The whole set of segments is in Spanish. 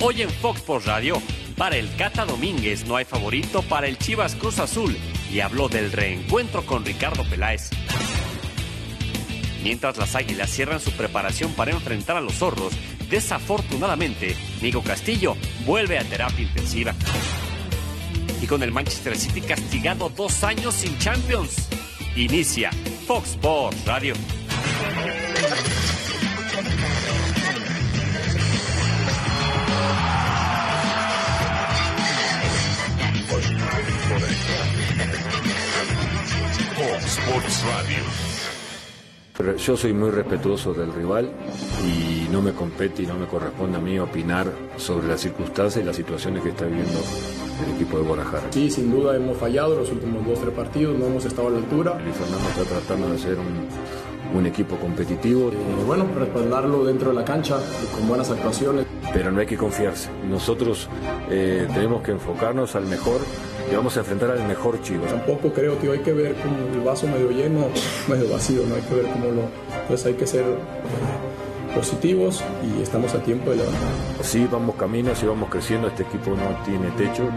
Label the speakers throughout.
Speaker 1: Hoy en Fox Sports Radio, para el Cata Domínguez no hay favorito para el Chivas Cruz Azul y habló del reencuentro con Ricardo Peláez. Mientras las Águilas cierran su preparación para enfrentar a los zorros, desafortunadamente, Nico Castillo vuelve a terapia intensiva. Y con el Manchester City castigado dos años sin Champions, inicia Fox Sports Radio.
Speaker 2: Fox Sports Radio.
Speaker 3: Yo soy muy respetuoso del rival y no me compete y no me corresponde a mí opinar sobre las circunstancias y las situaciones que está viviendo el equipo de Guadalajara.
Speaker 4: Sí, sin duda hemos fallado los últimos dos tres partidos, no hemos estado a la altura.
Speaker 3: Luis Fernando está tratando de ser un, un equipo competitivo,
Speaker 4: Eh, bueno, respaldarlo dentro de la cancha con buenas actuaciones.
Speaker 3: pero no hay que confiarse. Nosotros eh, tenemos que enfocarnos al mejor y vamos a enfrentar al mejor Chivas.
Speaker 4: Tampoco creo que hay que ver como el vaso medio lleno, medio vacío, no hay que ver cómo lo. Entonces hay que ser eh, positivos y estamos a tiempo de levantar.
Speaker 3: Si vamos camino, si vamos creciendo, este equipo no tiene techo.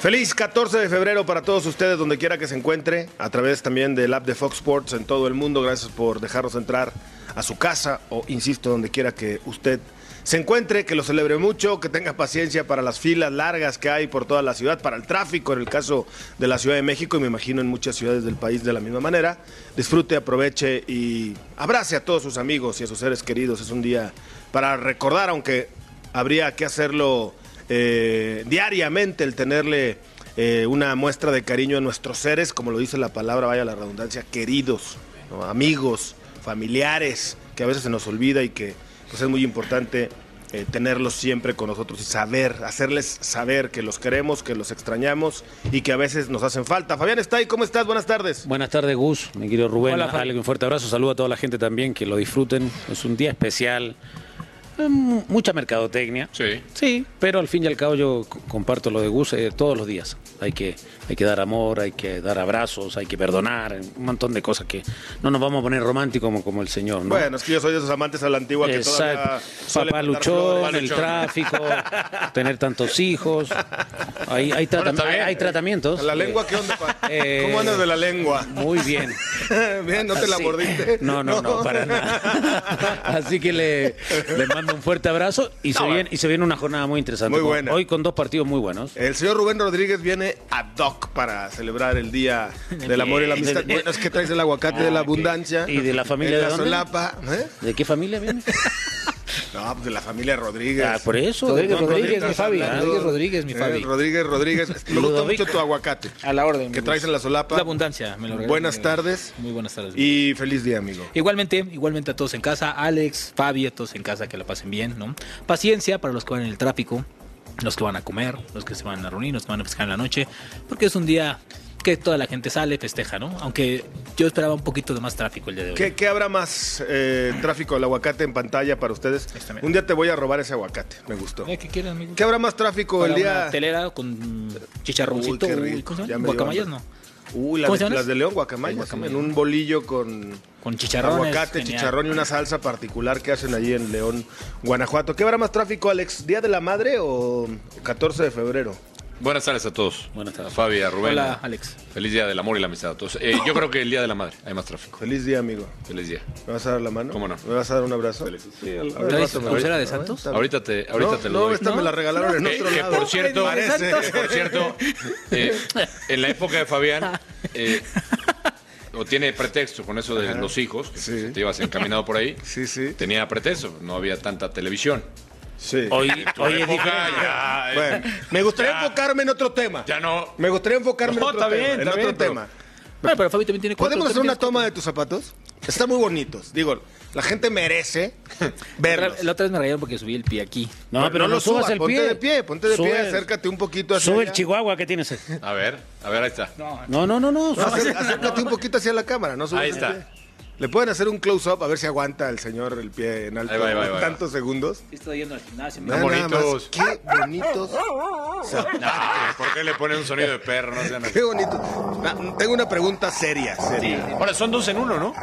Speaker 5: Feliz 14 de febrero para todos ustedes, donde quiera que se encuentre, a través también del app de Fox Sports en todo el mundo. Gracias por dejarnos entrar a su casa o, insisto, donde quiera que usted se encuentre, que lo celebre mucho, que tenga paciencia para las filas largas que hay por toda la ciudad, para el tráfico en el caso de la Ciudad de México y me imagino en muchas ciudades del país de la misma manera. Disfrute, aproveche y abrace a todos sus amigos y a sus seres queridos. Es un día para recordar, aunque habría que hacerlo eh, diariamente el tenerle eh, una muestra de cariño a nuestros seres, como lo dice la palabra, vaya la redundancia, queridos, ¿no? amigos, familiares, que a veces se nos olvida y que pues, es muy importante eh, tenerlos siempre con nosotros y saber, hacerles saber que los queremos, que los extrañamos y que a veces nos hacen falta. Fabián está ahí, ¿cómo estás? Buenas tardes.
Speaker 6: Buenas tardes, Gus. Mi querido Rubén.
Speaker 5: Hola, Fran.
Speaker 6: Dale un fuerte abrazo. Saludo a toda la gente también, que lo disfruten. Es un día especial. Eh, mu- Mucha mercadotecnia.
Speaker 7: Sí.
Speaker 6: Sí, pero al fin y al cabo yo c- comparto lo de Gus eh, todos los días. Hay que, hay que dar amor, hay que dar abrazos, hay que perdonar, eh, un montón de cosas que no nos vamos a poner románticos como, como el señor. ¿no?
Speaker 5: Bueno, es que yo soy de esos amantes a la antigua que todavía
Speaker 6: Exacto.
Speaker 5: suelen
Speaker 6: Papá
Speaker 5: mandar
Speaker 6: luchón,
Speaker 5: flores.
Speaker 6: el tráfico, tener tantos hijos. Hay, hay, tratam-
Speaker 7: está bien.
Speaker 6: hay- hay tratamientos.
Speaker 5: ¿La lengua qué onda? pa?
Speaker 6: Eh,
Speaker 5: ¿Cómo andas de la lengua?
Speaker 6: Muy bien.
Speaker 5: Bien, no te la
Speaker 6: Sí.
Speaker 5: mordiste.
Speaker 6: No, no, no, para nada. Así que le, le mando un fuerte abrazo y, se viene, y se viene una jornada muy interesante.
Speaker 5: Muy
Speaker 6: Con-
Speaker 5: buena. Eh,
Speaker 6: Hoy con dos partidos muy buenos.
Speaker 5: El señor Rubén Rodríguez viene ad hoc para celebrar el Día del Amor y la Amistad. Bueno, es que traes el aguacate de la abundancia.
Speaker 6: ¿Y de la familia
Speaker 5: en
Speaker 6: de
Speaker 5: la
Speaker 6: dónde?
Speaker 5: solapa. ¿eh?
Speaker 6: ¿De qué familia viene?
Speaker 5: No, pues de la familia Rodríguez.
Speaker 6: Ah, por eso.
Speaker 8: Rodríguez,
Speaker 5: No,
Speaker 8: Rodríguez,
Speaker 5: no,
Speaker 8: mi Fabi.
Speaker 5: hablando-
Speaker 8: Rodríguez, Rodríguez, mi
Speaker 5: Eh,
Speaker 8: Fabi.
Speaker 5: Rodríguez, Rodríguez. Me gusta
Speaker 6: Ludovico.
Speaker 5: mucho tu aguacate
Speaker 8: A la orden.
Speaker 5: que
Speaker 8: mi
Speaker 5: traes en la solapa.
Speaker 8: La abundancia. Me lo regaló
Speaker 5: Buenas
Speaker 8: mi-
Speaker 5: tardes.
Speaker 8: Muy buenas tardes.
Speaker 5: Y feliz día, amigo.
Speaker 8: Igualmente, igualmente a todos en casa, Alex, Fabi, a todos en casa que la pasen bien, ¿no? Paciencia para los que van en el tráfico, los que van a comer, los que se van a reunir, los que van a pescar en la noche, porque es un día que toda la gente sale, festeja, ¿no? Aunque yo esperaba un poquito de más tráfico el día de hoy.
Speaker 5: ¿Qué, qué habrá más eh, tráfico del aguacate en pantalla para ustedes?
Speaker 8: Está bien.
Speaker 5: Un día te voy a robar ese aguacate. Me gustó.
Speaker 8: Eh, ¿Qué quieres, amigo?
Speaker 5: ¿Qué habrá más tráfico
Speaker 8: Para
Speaker 5: el día?
Speaker 8: una telera con
Speaker 5: Uy,
Speaker 8: chicharroncito,
Speaker 5: qué
Speaker 8: uy,
Speaker 5: rico.
Speaker 8: ¿cómo se llama?
Speaker 5: Ya me dio
Speaker 8: Guacamayas,
Speaker 5: hambre.
Speaker 8: ¿no?
Speaker 5: Uy, la
Speaker 8: ¿Cómo
Speaker 5: de-
Speaker 8: se llaman?
Speaker 5: las de León, guacamayas.
Speaker 8: Guacamayas.
Speaker 5: En un bolillo con,
Speaker 8: Con chicharrones,
Speaker 5: aguacate,
Speaker 8: genial.
Speaker 5: chicharrón y una salsa particular que hacen allí en León, Guanajuato. ¿Qué habrá más tráfico, Alex? ¿Día de la Madre o 14 de febrero?
Speaker 7: Buenas tardes a todos.
Speaker 6: Buenas tardes.
Speaker 7: A Fabi, a Rubén.
Speaker 8: Hola,
Speaker 7: a-
Speaker 8: Alex.
Speaker 7: Feliz día del amor y la amistad a todos. Eh, yo creo que el día de la madre hay más tráfico.
Speaker 5: Feliz día, amigo.
Speaker 7: Feliz día.
Speaker 5: ¿Me vas a dar la mano?
Speaker 7: ¿Cómo no?
Speaker 5: ¿Me vas a dar un abrazo?
Speaker 7: Sí, al-
Speaker 5: A ver,
Speaker 8: ¿Traes
Speaker 5: rato, me-
Speaker 8: pulsera de
Speaker 5: a ver,
Speaker 8: Santos?
Speaker 5: está bien.
Speaker 7: ahorita te, ahorita
Speaker 5: no,
Speaker 7: te lo
Speaker 5: no,
Speaker 7: doy.
Speaker 5: esta me la regalaron en
Speaker 7: Que-
Speaker 5: otro
Speaker 7: que
Speaker 5: lado.
Speaker 7: por cierto,
Speaker 5: Parece.
Speaker 7: que por cierto, eh, en la época de Fabián, eh, o tiene pretexto con eso de los hijos, que
Speaker 5: Sí.
Speaker 7: te ibas encaminado por ahí.
Speaker 5: Sí, sí.
Speaker 7: Tenía pretexto, no había tanta televisión.
Speaker 5: Sí.
Speaker 6: Hoy,
Speaker 7: Tu
Speaker 6: hoy es
Speaker 7: época
Speaker 6: diferente.
Speaker 7: ya, eh,
Speaker 5: Bueno, me gustaría
Speaker 7: Ya.
Speaker 5: enfocarme en otro tema.
Speaker 7: ya no.
Speaker 5: Me gustaría enfocarme
Speaker 7: No,
Speaker 5: en otro
Speaker 7: está
Speaker 5: tema.
Speaker 7: bien,
Speaker 5: en
Speaker 7: está
Speaker 5: otro
Speaker 7: bien, pero-
Speaker 5: tema.
Speaker 8: Bueno, pero Fabi también tiene cuatro,
Speaker 5: ¿Podemos hacer
Speaker 8: también
Speaker 5: una toma de tus zapatos? Están muy bonitos. Digo, la gente merece
Speaker 8: tienes-
Speaker 5: verlos.
Speaker 8: La otra vez me rayaron porque subí el pie aquí.
Speaker 6: No, pero no,
Speaker 5: lo
Speaker 6: subas,
Speaker 5: subas,
Speaker 6: el
Speaker 5: ponte
Speaker 6: pie.
Speaker 5: de pie, ponte de
Speaker 6: Sube-
Speaker 5: pie, acércate un poquito hacia
Speaker 6: Sube el
Speaker 5: allá.
Speaker 6: chihuahua que tienes. ahí.
Speaker 7: A ver, a ver, ahí está.
Speaker 6: No, no, no, no.
Speaker 5: Acér- Acércate un poquito hacia la cámara, no subas
Speaker 7: Ahí
Speaker 5: el
Speaker 7: está.
Speaker 5: pie. ¿Le pueden hacer un close-up a ver si aguanta el señor el pie en alto
Speaker 7: Ahí va, ahí va, ahí va.
Speaker 5: tantos segundos?
Speaker 8: Estoy yendo al gimnasio.
Speaker 5: Vean nada más,
Speaker 7: bonitos.
Speaker 5: Qué bonitos.
Speaker 7: Ah, ¿Por qué le ponen un sonido de perro? No sean así.
Speaker 5: Qué bonito. Na- Tengo una pregunta seria, seria.
Speaker 7: Ahora son dos en uno, ¿no?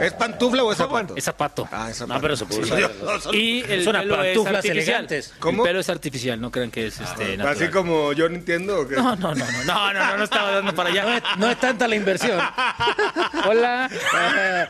Speaker 5: ¿Es pantufla o es zapato?
Speaker 8: Es zapato.
Speaker 5: Ah, es
Speaker 6: No,
Speaker 5: zapato.
Speaker 6: pero se puede
Speaker 5: Sí,
Speaker 6: usar.
Speaker 5: yo- son-
Speaker 8: Y el
Speaker 6: Son
Speaker 8: pelo es
Speaker 6: pantuflas
Speaker 8: artificial.
Speaker 6: elegantes.
Speaker 5: ¿Cómo? Ah,
Speaker 8: El pelo es artificial, no crean que es este, natural.
Speaker 5: Así como yo no entiendo. ¿o qué?
Speaker 8: No, no, no, no, no, no, no, no estaba dando para allá.
Speaker 6: No es tanta la inversión. Hola.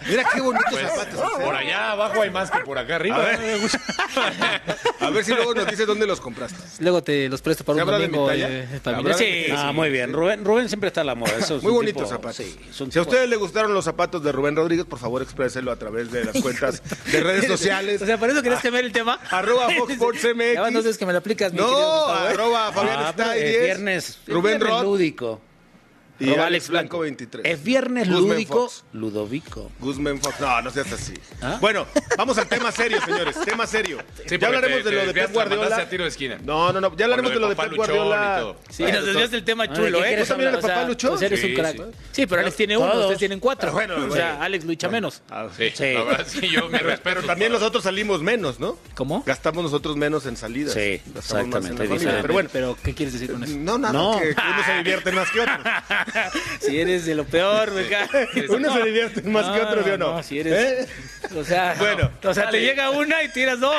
Speaker 5: Mira qué bonitos
Speaker 7: Pues,
Speaker 5: zapatos. en serio.
Speaker 7: por allá abajo hay más que por acá arriba.
Speaker 5: A ver. A ver si luego nos dices dónde los compraste.
Speaker 8: Luego te los presto
Speaker 5: ¿Se
Speaker 8: para un
Speaker 5: habrá de mi
Speaker 8: domingo
Speaker 5: talla?
Speaker 8: eh,
Speaker 5: ¿Habrá
Speaker 8: familiar.
Speaker 5: de mi
Speaker 8: Sí,
Speaker 5: talla?
Speaker 6: Ah, muy bien. Rubén, Rubén siempre está a la
Speaker 8: Ah,
Speaker 6: moda. Eso es
Speaker 5: Muy
Speaker 6: un
Speaker 5: bonitos
Speaker 6: tipo-
Speaker 5: zapatos.
Speaker 6: sí, es un
Speaker 5: si a
Speaker 6: tipo-
Speaker 5: ustedes les gustaron los zapatos de Rubén Rodríguez, por favor expréselo a través de las cuentas de redes sociales. Ah,
Speaker 8: O sea, por eso querés cambiar el tema.
Speaker 5: Arroba Fox Sports MX.
Speaker 8: Ya van dos veces que me lo aplicas, mi querido
Speaker 5: no,
Speaker 8: Gustavo, ¿eh?
Speaker 5: arroba Fabián
Speaker 6: Ah,
Speaker 5: está
Speaker 6: pero es
Speaker 5: 10,
Speaker 6: viernes. es
Speaker 5: Rubén
Speaker 6: viernes
Speaker 5: Rod
Speaker 6: lúdico.
Speaker 5: y
Speaker 6: Arroba
Speaker 5: Alex Blanco
Speaker 6: Blanco.
Speaker 5: 23.
Speaker 6: Es viernes
Speaker 5: Guzmán
Speaker 6: lúdico.
Speaker 5: Fox.
Speaker 6: Ludovico.
Speaker 5: Guzmán Fox. No, no seas así.
Speaker 8: ¿Ah?
Speaker 5: Bueno, vamos al tema serio, señores. Tema serio.
Speaker 7: Sí,
Speaker 5: ya
Speaker 7: porque
Speaker 5: hablaremos
Speaker 7: te-
Speaker 5: de
Speaker 7: te
Speaker 5: lo de Pep
Speaker 7: desviaste, la mandaste
Speaker 5: Guardiola.
Speaker 7: a tiro de esquina.
Speaker 5: No, no, no. Ya hablaremos de
Speaker 7: Con
Speaker 5: lo
Speaker 7: lo de
Speaker 5: de
Speaker 7: Papá
Speaker 5: Pep
Speaker 7: Luchón y
Speaker 5: Guardula.
Speaker 7: todo.
Speaker 8: Sí, nos desviaste el tema
Speaker 6: Ah,
Speaker 8: chulo,
Speaker 6: ¿de qué
Speaker 8: ¿eh?
Speaker 6: quieres
Speaker 8: ¿Tú también
Speaker 6: hablar?
Speaker 5: eres
Speaker 8: o sea,
Speaker 5: papá Luchón? Ah,
Speaker 8: pues eres
Speaker 7: Sí,
Speaker 8: un crack.
Speaker 7: sí.
Speaker 8: Sí, pero Alex tiene uno,
Speaker 6: Todos.
Speaker 8: ustedes tienen cuatro.
Speaker 5: Bueno, Ah,
Speaker 8: o sea, Alex lucha menos.
Speaker 7: Sí,
Speaker 6: Sí.
Speaker 7: la verdad es que yo me respeto.
Speaker 5: Pero también nosotros salimos menos, ¿no?
Speaker 8: ¿Cómo?
Speaker 5: Gastamos nosotros menos en salidas.
Speaker 6: Sí,
Speaker 5: Gastamos más en
Speaker 6: exactamente,
Speaker 5: la familia.
Speaker 6: diferente.
Speaker 5: Pero bueno,
Speaker 8: pero ¿qué quieres decir con eso?
Speaker 5: no, nada,
Speaker 6: No.
Speaker 5: que uno se divierte más que otro.
Speaker 8: Si eres de lo peor, me ca-
Speaker 7: sí.
Speaker 5: Uno se divierte más que otro, ¿sí o no?
Speaker 8: si eres.
Speaker 5: ¿Eh?
Speaker 8: O sea,
Speaker 5: Bueno,
Speaker 8: o sea, te llega una y tiras dos.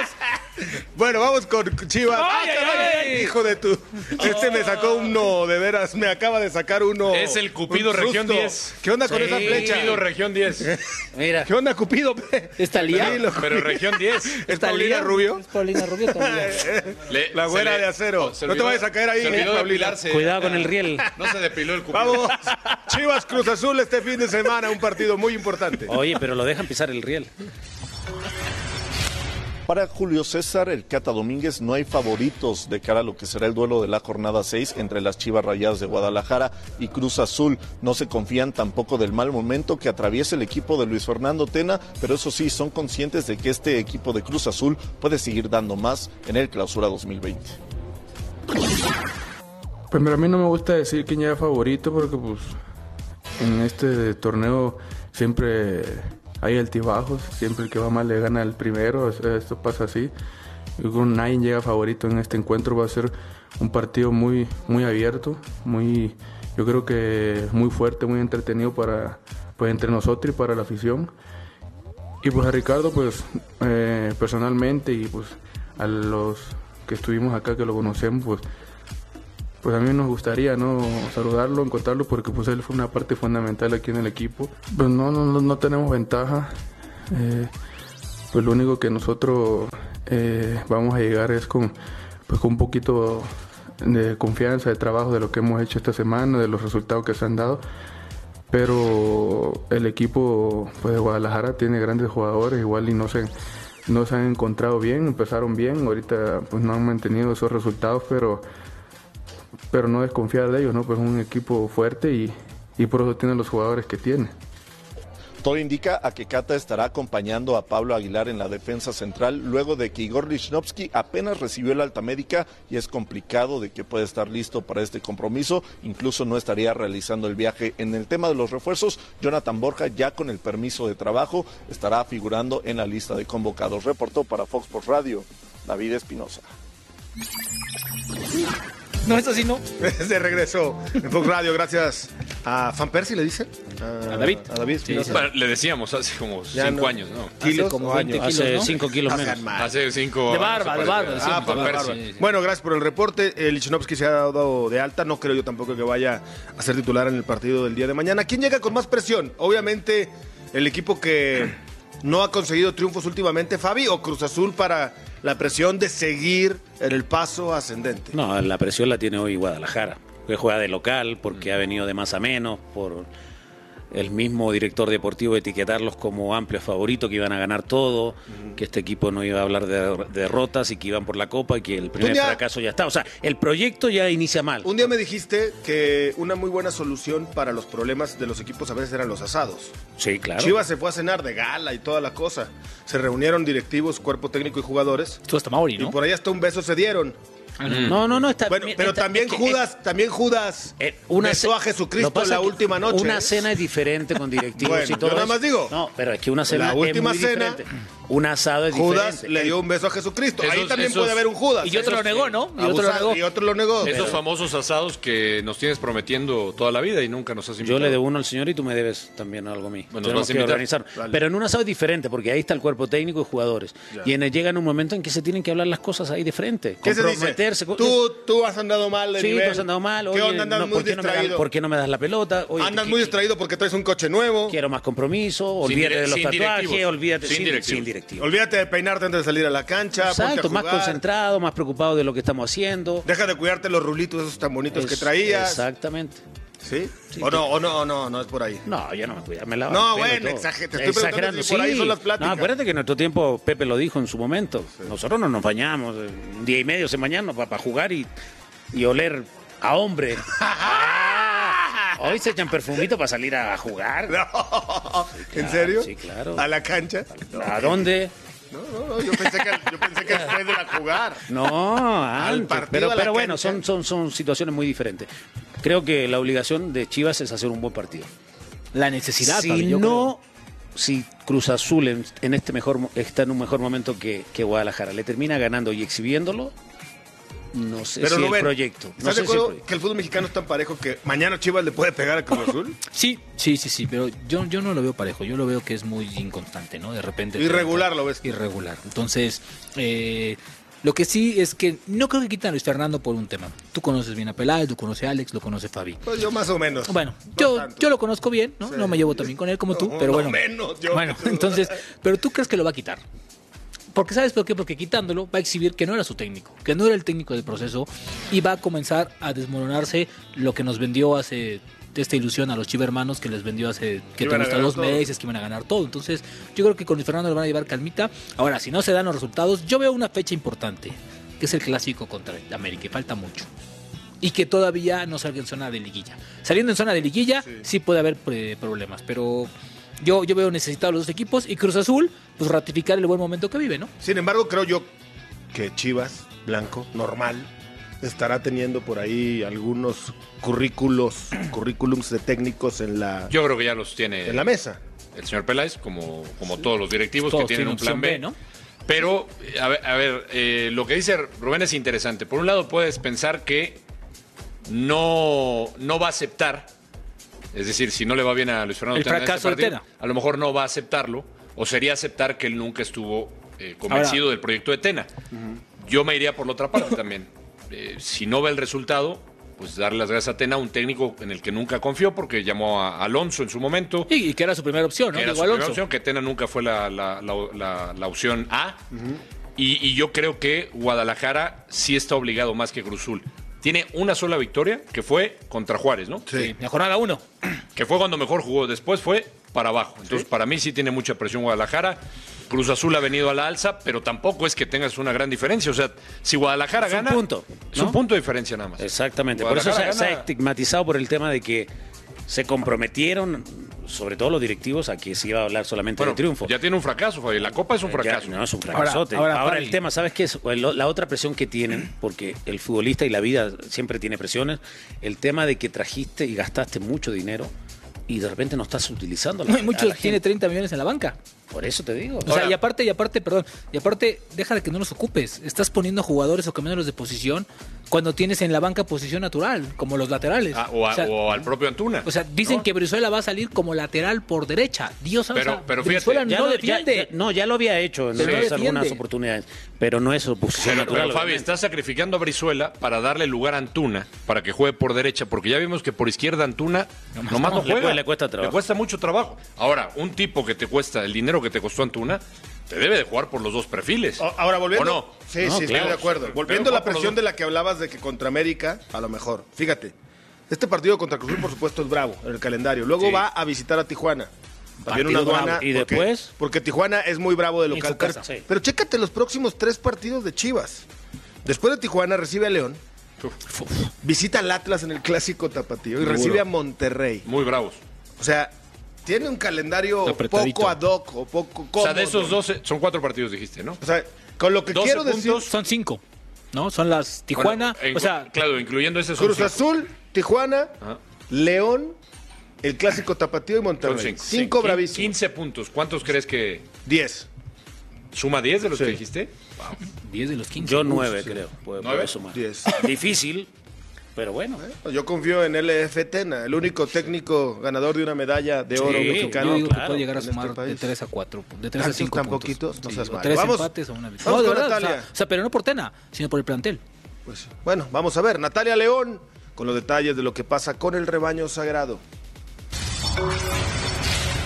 Speaker 5: Bueno, vamos con Chivas. ¡Ah,
Speaker 8: ¡Ay, ay,
Speaker 5: caray!
Speaker 8: ay!
Speaker 5: Hijo de tu. Este me sacó uno, de veras. Me acaba de sacar uno.
Speaker 7: Es el Cupido
Speaker 5: un susto.
Speaker 7: Región 10.
Speaker 5: ¿Qué onda con esa flecha?
Speaker 7: Cupido Región 10.
Speaker 6: Mira.
Speaker 5: ¿Qué onda, Cupido?
Speaker 6: Está liado.
Speaker 5: Tranquilo.
Speaker 7: Pero Región 10.
Speaker 5: ¿Es Paulina Rubio?
Speaker 8: Es Paulina Rubio también.
Speaker 7: Le-
Speaker 5: La
Speaker 7: se
Speaker 5: güera
Speaker 7: le- oh,
Speaker 5: de acero.
Speaker 7: se
Speaker 5: No te
Speaker 7: olvidó-
Speaker 5: vayas a caer ahí,
Speaker 7: Se olvidó
Speaker 5: Paulina.
Speaker 7: de depilarse.
Speaker 6: Cuidado con el riel.
Speaker 7: No se depiló el Cupido.
Speaker 5: Vamos. Chivas Cruz Azul este fin de semana. Un partido muy importante.
Speaker 6: Oye, pero lo dejan pisar el riel.
Speaker 9: Para Julio César, el Cata Domínguez, no hay favoritos de cara a lo que será el duelo de la jornada 6 entre las Chivas Rayadas de Guadalajara y Cruz Azul. No se confían tampoco del mal momento que atraviesa el equipo de Luis Fernando Tena, pero eso sí, son conscientes de que este equipo de Cruz Azul puede seguir dando más en el Clausura 2020.
Speaker 10: Primero, Pues, a mí no me gusta decir quién es favorito porque, pues, en este torneo siempre hay altibajos, siempre el que va mal le gana al primero, o sea, esto pasa así. Yo creo que nadie llega favorito en este encuentro, va a ser un partido muy, muy abierto, muy, yo creo que muy fuerte, muy entretenido para, pues, entre nosotros y para la afición. Y pues a Ricardo, pues eh, personalmente y pues a los que estuvimos acá, que lo conocemos, pues pues a mí nos gustaría no saludarlo, encontrarlo, porque pues él fue una parte fundamental aquí en el equipo. Pues no, no, no- no tenemos ventaja. Eh, pues lo único que nosotros eh, vamos a llegar es con, pues, con un poquito de confianza, de trabajo, de lo que hemos hecho esta semana, de los resultados que se han dado. Pero el equipo pues, de Guadalajara tiene grandes jugadores, igual y no se, no se han encontrado bien, empezaron bien, ahorita pues no han mantenido esos resultados, pero pero no desconfiar de ellos, ¿no? Pues es un equipo fuerte y, y por eso tiene los jugadores que tiene.
Speaker 9: Todo indica a que Cata estará acompañando a Pablo Aguilar en la defensa central luego de que Igor Lichnowsky apenas recibió el alta médica y es complicado de que pueda estar listo para este compromiso. Incluso no estaría realizando el viaje. En el tema de los refuerzos, Jonathan Borja ya con el permiso de trabajo estará figurando en la lista de convocados. Reportó para Fox Sports Radio David Espinosa.
Speaker 8: No, eso sí no.
Speaker 5: De regreso en Fox Radio, gracias a Fan Percy, le dice.
Speaker 8: A David.
Speaker 5: A David
Speaker 8: Sí,
Speaker 5: Espinosa.
Speaker 7: Bueno, le decíamos hace como
Speaker 5: Ya
Speaker 7: 5
Speaker 5: no.
Speaker 7: años, ¿no?
Speaker 5: Kilos
Speaker 8: Hace como
Speaker 5: o
Speaker 8: 20
Speaker 5: años.
Speaker 8: kilos,
Speaker 6: Hace
Speaker 8: ¿no?
Speaker 6: 5 kilos
Speaker 5: No sean
Speaker 6: menos.
Speaker 5: mal.
Speaker 7: Hace 5
Speaker 8: De barba, de barba, decimos,
Speaker 5: Ah,
Speaker 8: de
Speaker 5: Van
Speaker 8: barba.
Speaker 5: Persie.
Speaker 8: Sí, sí.
Speaker 5: Bueno, gracias por el reporte. El Lichnowsky se ha dado de alta. No creo yo tampoco que vaya a ser titular en el partido del día de mañana. ¿Quién llega con más presión? Obviamente, el equipo que no ha conseguido triunfos últimamente, Fabi, o Cruz Azul para la presión de seguir en el paso ascendente.
Speaker 6: No, la presión la tiene hoy Guadalajara, que juega de local, porque
Speaker 5: Mm.
Speaker 6: ha venido de más a menos, por el mismo director deportivo etiquetarlos como amplios favoritos, que iban a ganar todo,
Speaker 5: Mm.
Speaker 6: que este equipo no iba a hablar de der- derrotas y que iban por la copa y que el primer
Speaker 5: día-
Speaker 6: fracaso ya está. O sea, el proyecto ya inicia mal.
Speaker 5: Un día me dijiste que una muy buena solución para los problemas de los equipos a veces eran los asados.
Speaker 6: Sí, claro.
Speaker 5: Chivas se fue a cenar de gala y toda la cosa. Se reunieron directivos, cuerpo técnico y jugadores.
Speaker 8: Tú hasta Mauri, ¿no?
Speaker 5: Y por ahí hasta un beso se dieron.
Speaker 6: Mm. No, no, no, está
Speaker 5: Bueno,
Speaker 6: mira,
Speaker 5: pero
Speaker 6: está-
Speaker 5: también
Speaker 6: es que-
Speaker 5: Judas, también Judas
Speaker 6: eh,
Speaker 5: besó
Speaker 6: ce-
Speaker 5: a Jesucristo
Speaker 6: Lo pasa
Speaker 5: la
Speaker 6: que
Speaker 5: última noche.
Speaker 6: Una
Speaker 5: ¿eh?
Speaker 6: cena es diferente con directivos
Speaker 5: Bueno,
Speaker 6: y todo.
Speaker 5: yo nada
Speaker 6: eso.
Speaker 5: más digo.
Speaker 6: No, pero es que una cena
Speaker 5: La
Speaker 6: es
Speaker 5: última
Speaker 6: muy
Speaker 5: cena,
Speaker 6: diferente. Un asado es
Speaker 5: Judas
Speaker 6: diferente.
Speaker 5: le dio un beso a Jesucristo. Ahí
Speaker 7: Esos-
Speaker 5: también
Speaker 7: esos-
Speaker 5: puede haber un Judas.
Speaker 8: Y otro
Speaker 5: Esos-
Speaker 8: lo negó, ¿no? Y otro lo
Speaker 5: abusado,
Speaker 8: negó.
Speaker 5: Y otro lo negó.
Speaker 7: Esos famosos asados que nos tienes prometiendo toda la vida y nunca nos has invitado.
Speaker 6: Yo le debo uno al señor y tú me debes también algo a mí.
Speaker 7: Bueno, nos
Speaker 6: Tenemos
Speaker 7: vas a
Speaker 6: que
Speaker 7: invitar.
Speaker 6: organizar.
Speaker 7: Dale.
Speaker 6: Pero en un asado es diferente porque ahí está el cuerpo técnico y jugadores. Y en el- llega en un momento en que se tienen que hablar las cosas ahí de frente.
Speaker 5: ¿Qué se
Speaker 6: comprometerse.
Speaker 5: dice? Tú, tú has andado mal de
Speaker 6: sí,
Speaker 5: nivel.
Speaker 6: te has andado mal.
Speaker 5: ¿Qué
Speaker 6: Oye,
Speaker 5: onda? Andas
Speaker 6: no,
Speaker 5: muy
Speaker 6: ¿por, qué no me dan-
Speaker 5: distraído.
Speaker 6: por qué no me das la pelota? Oye,
Speaker 5: Andas
Speaker 6: ¿qué-
Speaker 5: muy distraído porque traes un coche nuevo.
Speaker 6: Quiero más compromiso.
Speaker 7: Sin
Speaker 6: Olvídate
Speaker 7: dire-
Speaker 6: de los
Speaker 7: sin
Speaker 6: tatuajes.
Speaker 7: directivos.
Speaker 6: Olvídate.
Speaker 7: Sin
Speaker 6: Sin
Speaker 7: directivos.
Speaker 6: Sin directivos.
Speaker 5: Olvídate de peinarte antes de salir a la cancha. ponte a
Speaker 6: Exacto, más
Speaker 5: jugar.
Speaker 6: concentrado, más preocupado de lo que estamos haciendo.
Speaker 5: Deja de cuidarte los rulitos esos tan bonitos que
Speaker 6: Es-
Speaker 5: traías.
Speaker 6: Exactamente.
Speaker 5: ¿Sí? o no, o no, o no, no es por ahí.
Speaker 6: No, yo no me cuidaba, me lavaba el
Speaker 5: No,
Speaker 6: pelo y
Speaker 5: bueno,
Speaker 6: todo.
Speaker 5: exager- te estoy preguntando
Speaker 6: Exagerando,
Speaker 5: si por ahí son las pláticas.
Speaker 6: No, acuérdate que en nuestro tiempo Pepe lo dijo en su momento. Nosotros no nos bañamos eh, un día y medio se bañarnos para jugar y, y oler a hombre. Hoy se echan perfumito para salir a jugar.
Speaker 5: No. ¿En
Speaker 6: claro,
Speaker 5: serio?
Speaker 6: sí, claro.
Speaker 5: ¿A la cancha?
Speaker 6: ¿A dónde?
Speaker 5: No, no, no, yo pensé que, yo pensé que después de la jugar.
Speaker 6: No, antes.
Speaker 5: partido,
Speaker 6: pero
Speaker 5: a la
Speaker 6: pero bueno,
Speaker 5: cancha.
Speaker 6: son, son, son situaciones muy diferentes. Creo que la obligación de Chivas es hacer un buen partido.
Speaker 8: La necesidad,
Speaker 6: si
Speaker 8: Fabi, yo
Speaker 6: no, si Cruz Azul en, en este mejor mo- está en un mejor momento que, que Guadalajara, le termina ganando y exhibiéndolo, no sé
Speaker 5: Pero
Speaker 6: si
Speaker 5: Rubén,
Speaker 6: el proyecto. No
Speaker 5: ¿Estás
Speaker 6: sé si
Speaker 5: de
Speaker 6: el
Speaker 5: acuerdo
Speaker 6: proyecto.
Speaker 5: que el fútbol mexicano es tan parejo que mañana Chivas le puede pegar a Cruz Azul?
Speaker 8: creo. Sí, sí, sí, sí, pero yo, yo no lo veo parejo, yo lo veo que es muy inconstante, ¿no? De repente...
Speaker 5: Irregular lo ves.
Speaker 8: Irregular. Entonces, eh, lo que sí es que no creo que quitan a Luis Fernando por un tema. Tú conoces bien a Peláez, tú conoces a Alex, lo conoce Fabi.
Speaker 5: Pues yo más o menos.
Speaker 8: Bueno,
Speaker 5: No
Speaker 8: yo,
Speaker 5: tanto.
Speaker 8: yo lo conozco bien, ¿no?
Speaker 5: Sí.
Speaker 8: No me llevo también con él como tú,
Speaker 5: No,
Speaker 8: pero
Speaker 5: no
Speaker 8: bueno.
Speaker 5: menos, yo.
Speaker 8: bueno, entonces, pero tú crees que lo va a quitar. Porque sabes por qué? Porque quitándolo va a exhibir que no era su técnico, que no era el técnico del proceso y va a comenzar a desmoronarse lo que nos vendió hace esta ilusión a los chivermanos que les vendió hace que te
Speaker 5: iban a
Speaker 8: gusta
Speaker 5: ganar
Speaker 8: dos
Speaker 5: todo.
Speaker 8: meses que iban a ganar todo. Entonces, yo creo que con Luis Fernando le van a llevar calmita. Ahora, si no se dan los resultados, yo veo una fecha importante, que es el clásico contra el América, y falta mucho y que todavía no salga en zona de liguilla. Saliendo en zona de liguilla sí, puede haber eh, problemas, pero yo, yo veo necesitados los dos equipos y Cruz Azul, pues ratificar el buen momento que vive, ¿no?
Speaker 5: Sin embargo, creo yo que Chivas, blanco, normal, estará teniendo por ahí algunos currículos, currículums de técnicos en la,
Speaker 7: Yo creo que ya los tiene
Speaker 5: en la mesa.
Speaker 7: el señor Peláez, como, como todos los directivos
Speaker 8: Todos
Speaker 7: que tienen un plan
Speaker 8: opción
Speaker 7: B. Pero, eh, a ver, a ver, eh, lo que dice Rubén es interesante. Por un lado, puedes pensar que no, no va a aceptar, es decir, si no le va bien a Luis Fernando
Speaker 8: El
Speaker 7: Tena en este
Speaker 8: fracaso de
Speaker 7: partido,
Speaker 8: Tena.
Speaker 7: a lo mejor no va a aceptarlo, o sería aceptar que él nunca estuvo eh, convencido del proyecto de Tena. Yo me iría por la otra parte también. Eh, si no ve el resultado, pues darle las gracias a Tena, un técnico en el que nunca confió, porque llamó a Alonso en su momento.
Speaker 8: Y, y que era su primera opción, ¿no?
Speaker 7: Que era
Speaker 8: Diego
Speaker 7: su primera
Speaker 8: Alonso.
Speaker 7: opción, que Tena nunca fue la, la- la- la- la opción A. y, y yo creo que Guadalajara sí está obligado más que Cruzul. Tiene una sola victoria, que fue contra Juárez, ¿no?
Speaker 8: Sí, La jornada 1.
Speaker 7: Que fue cuando mejor jugó. Después fue para abajo. Entonces, para mí sí tiene mucha presión Guadalajara. Cruz Azul ha venido a la alza, pero tampoco es que tengas una gran diferencia. O sea, si Guadalajara
Speaker 6: Es un
Speaker 7: gana.
Speaker 6: punto,
Speaker 7: Es
Speaker 6: ¿no?
Speaker 7: un punto de diferencia nada más.
Speaker 6: Exactamente. Por eso se,
Speaker 7: Guadalajara
Speaker 6: se ha
Speaker 7: gana.
Speaker 6: estigmatizado por el tema de que se comprometieron, sobre todo los directivos, a que se iba a hablar solamente
Speaker 7: Bueno,
Speaker 6: de triunfo.
Speaker 7: ya tiene un fracaso, Fabi. La Copa es un
Speaker 6: Ya,
Speaker 7: fracaso.
Speaker 6: no, es un fracasote.
Speaker 8: Ahora-
Speaker 6: Ahora,
Speaker 8: ahora, Fabi.
Speaker 6: el tema, ¿sabes qué es? El- La otra presión que tienen, porque el futbolista y la vida siempre tiene presiones, el tema de que trajiste y gastaste mucho dinero y de repente no estás utilizando a la,
Speaker 8: No, y
Speaker 6: a
Speaker 8: muchos
Speaker 6: la
Speaker 8: tiene
Speaker 6: gente.
Speaker 8: 30 millones en la banca.
Speaker 6: Por eso te digo.
Speaker 8: O sea, y aparte, y aparte, perdón, y aparte, deja de que no los ocupes. Estás poniendo jugadores o cambiándolos de posición cuando tienes en la banca posición natural, como los laterales.
Speaker 7: Ah, o, a-
Speaker 8: o sea,
Speaker 7: o al propio Antuna.
Speaker 8: o sea, dicen
Speaker 7: ¿no?
Speaker 8: que Brizuela va a salir como lateral por derecha. Dios sabe.
Speaker 7: Pero-
Speaker 8: o sea,
Speaker 7: pero fíjate,
Speaker 8: Brizuela
Speaker 6: Ya
Speaker 8: no
Speaker 6: lo- ya-
Speaker 8: defiende.
Speaker 6: ya- no, ya lo había hecho en
Speaker 8: Pero no
Speaker 6: otras
Speaker 8: defiende.
Speaker 6: algunas oportunidades, pero no es su posición
Speaker 7: Pero,
Speaker 6: natural,
Speaker 7: pero, Fabi,
Speaker 6: obviamente.
Speaker 7: está sacrificando a Brizuela para darle lugar a Antuna, para que juegue por derecha, porque ya vimos que por izquierda Antuna nomás, no
Speaker 6: le
Speaker 7: juega.
Speaker 6: cuesta- le cuesta trabajo.
Speaker 7: Le cuesta mucho trabajo. Ahora, un tipo que te cuesta el dinero que te costó Antuna, te debe de jugar por los dos perfiles.
Speaker 5: O- ahora volviendo.
Speaker 7: ¿O no?
Speaker 5: Sí,
Speaker 6: No,
Speaker 5: sí,
Speaker 6: claro.
Speaker 5: estoy de acuerdo. Volviendo a la presión de la que hablabas de que contra América, a lo mejor. Fíjate, este partido contra Cruz Azul, por supuesto, es bravo en el calendario. Luego
Speaker 7: Sí.
Speaker 5: va a visitar a Tijuana. También
Speaker 6: Partido
Speaker 5: una aduana.
Speaker 6: bravo. ¿Y
Speaker 5: porque-
Speaker 6: después?
Speaker 5: Porque Tijuana es muy bravo de
Speaker 6: En
Speaker 5: local.
Speaker 6: su casa, sí.
Speaker 5: Pero chécate los próximos tres partidos de Chivas. Después de Tijuana recibe a León. Visita al Atlas en el clásico tapatío y
Speaker 7: Duro.
Speaker 5: recibe a Monterrey.
Speaker 7: Muy bravos.
Speaker 5: O sea, tiene un calendario
Speaker 8: Apretadito.
Speaker 5: poco ad hoc o poco cómodo.
Speaker 7: O sea, de esos 12, son cuatro partidos, dijiste, ¿no?
Speaker 5: O sea, con lo que
Speaker 7: 12
Speaker 5: quiero decir.
Speaker 7: puntos.
Speaker 8: Son cinco. ¿no? Son las Tijuana,
Speaker 7: Bueno, en-
Speaker 8: o sea,
Speaker 7: claro, incluyendo ese son
Speaker 5: Cruz
Speaker 7: cinco.
Speaker 5: Azul, Tijuana,
Speaker 7: Ajá.
Speaker 5: León, el clásico Tapatío y
Speaker 7: Son
Speaker 5: Monterrey.
Speaker 7: cinco.
Speaker 5: Cinco,
Speaker 7: Quin-
Speaker 5: bravísimos.
Speaker 7: 15 puntos. ¿Cuántos crees que
Speaker 5: Diez.
Speaker 7: suma 10 de los
Speaker 5: Sí.
Speaker 7: que dijiste?
Speaker 8: 10 de los 15.
Speaker 6: Yo nueve, creo. Puede,
Speaker 7: ¿Nueve?
Speaker 6: puede sumar.
Speaker 5: Diez. ¿Eh?
Speaker 6: Difícil, pero bueno.
Speaker 5: Yo confío en LF Tena, el único técnico ganador de una medalla de oro
Speaker 6: Sí,
Speaker 5: mexicano.
Speaker 8: Yo digo que
Speaker 6: claro,
Speaker 8: puede llegar a
Speaker 5: en este
Speaker 8: sumar de
Speaker 5: país.
Speaker 8: 3 a 4, de 3 a
Speaker 5: Tantos
Speaker 8: 5
Speaker 5: tan
Speaker 8: puntos.
Speaker 5: poquitos, no seas
Speaker 8: o
Speaker 5: malo.
Speaker 8: tres
Speaker 5: Vamos-
Speaker 8: empates o una victoria. No,
Speaker 5: vamos
Speaker 8: de
Speaker 5: con
Speaker 8: verdad, o sea-
Speaker 5: Natalia.
Speaker 8: o sea, pero no por Tena, sino por el plantel.
Speaker 5: Pues, bueno, vamos a ver. Natalia León con los detalles de lo que pasa con el rebaño sagrado.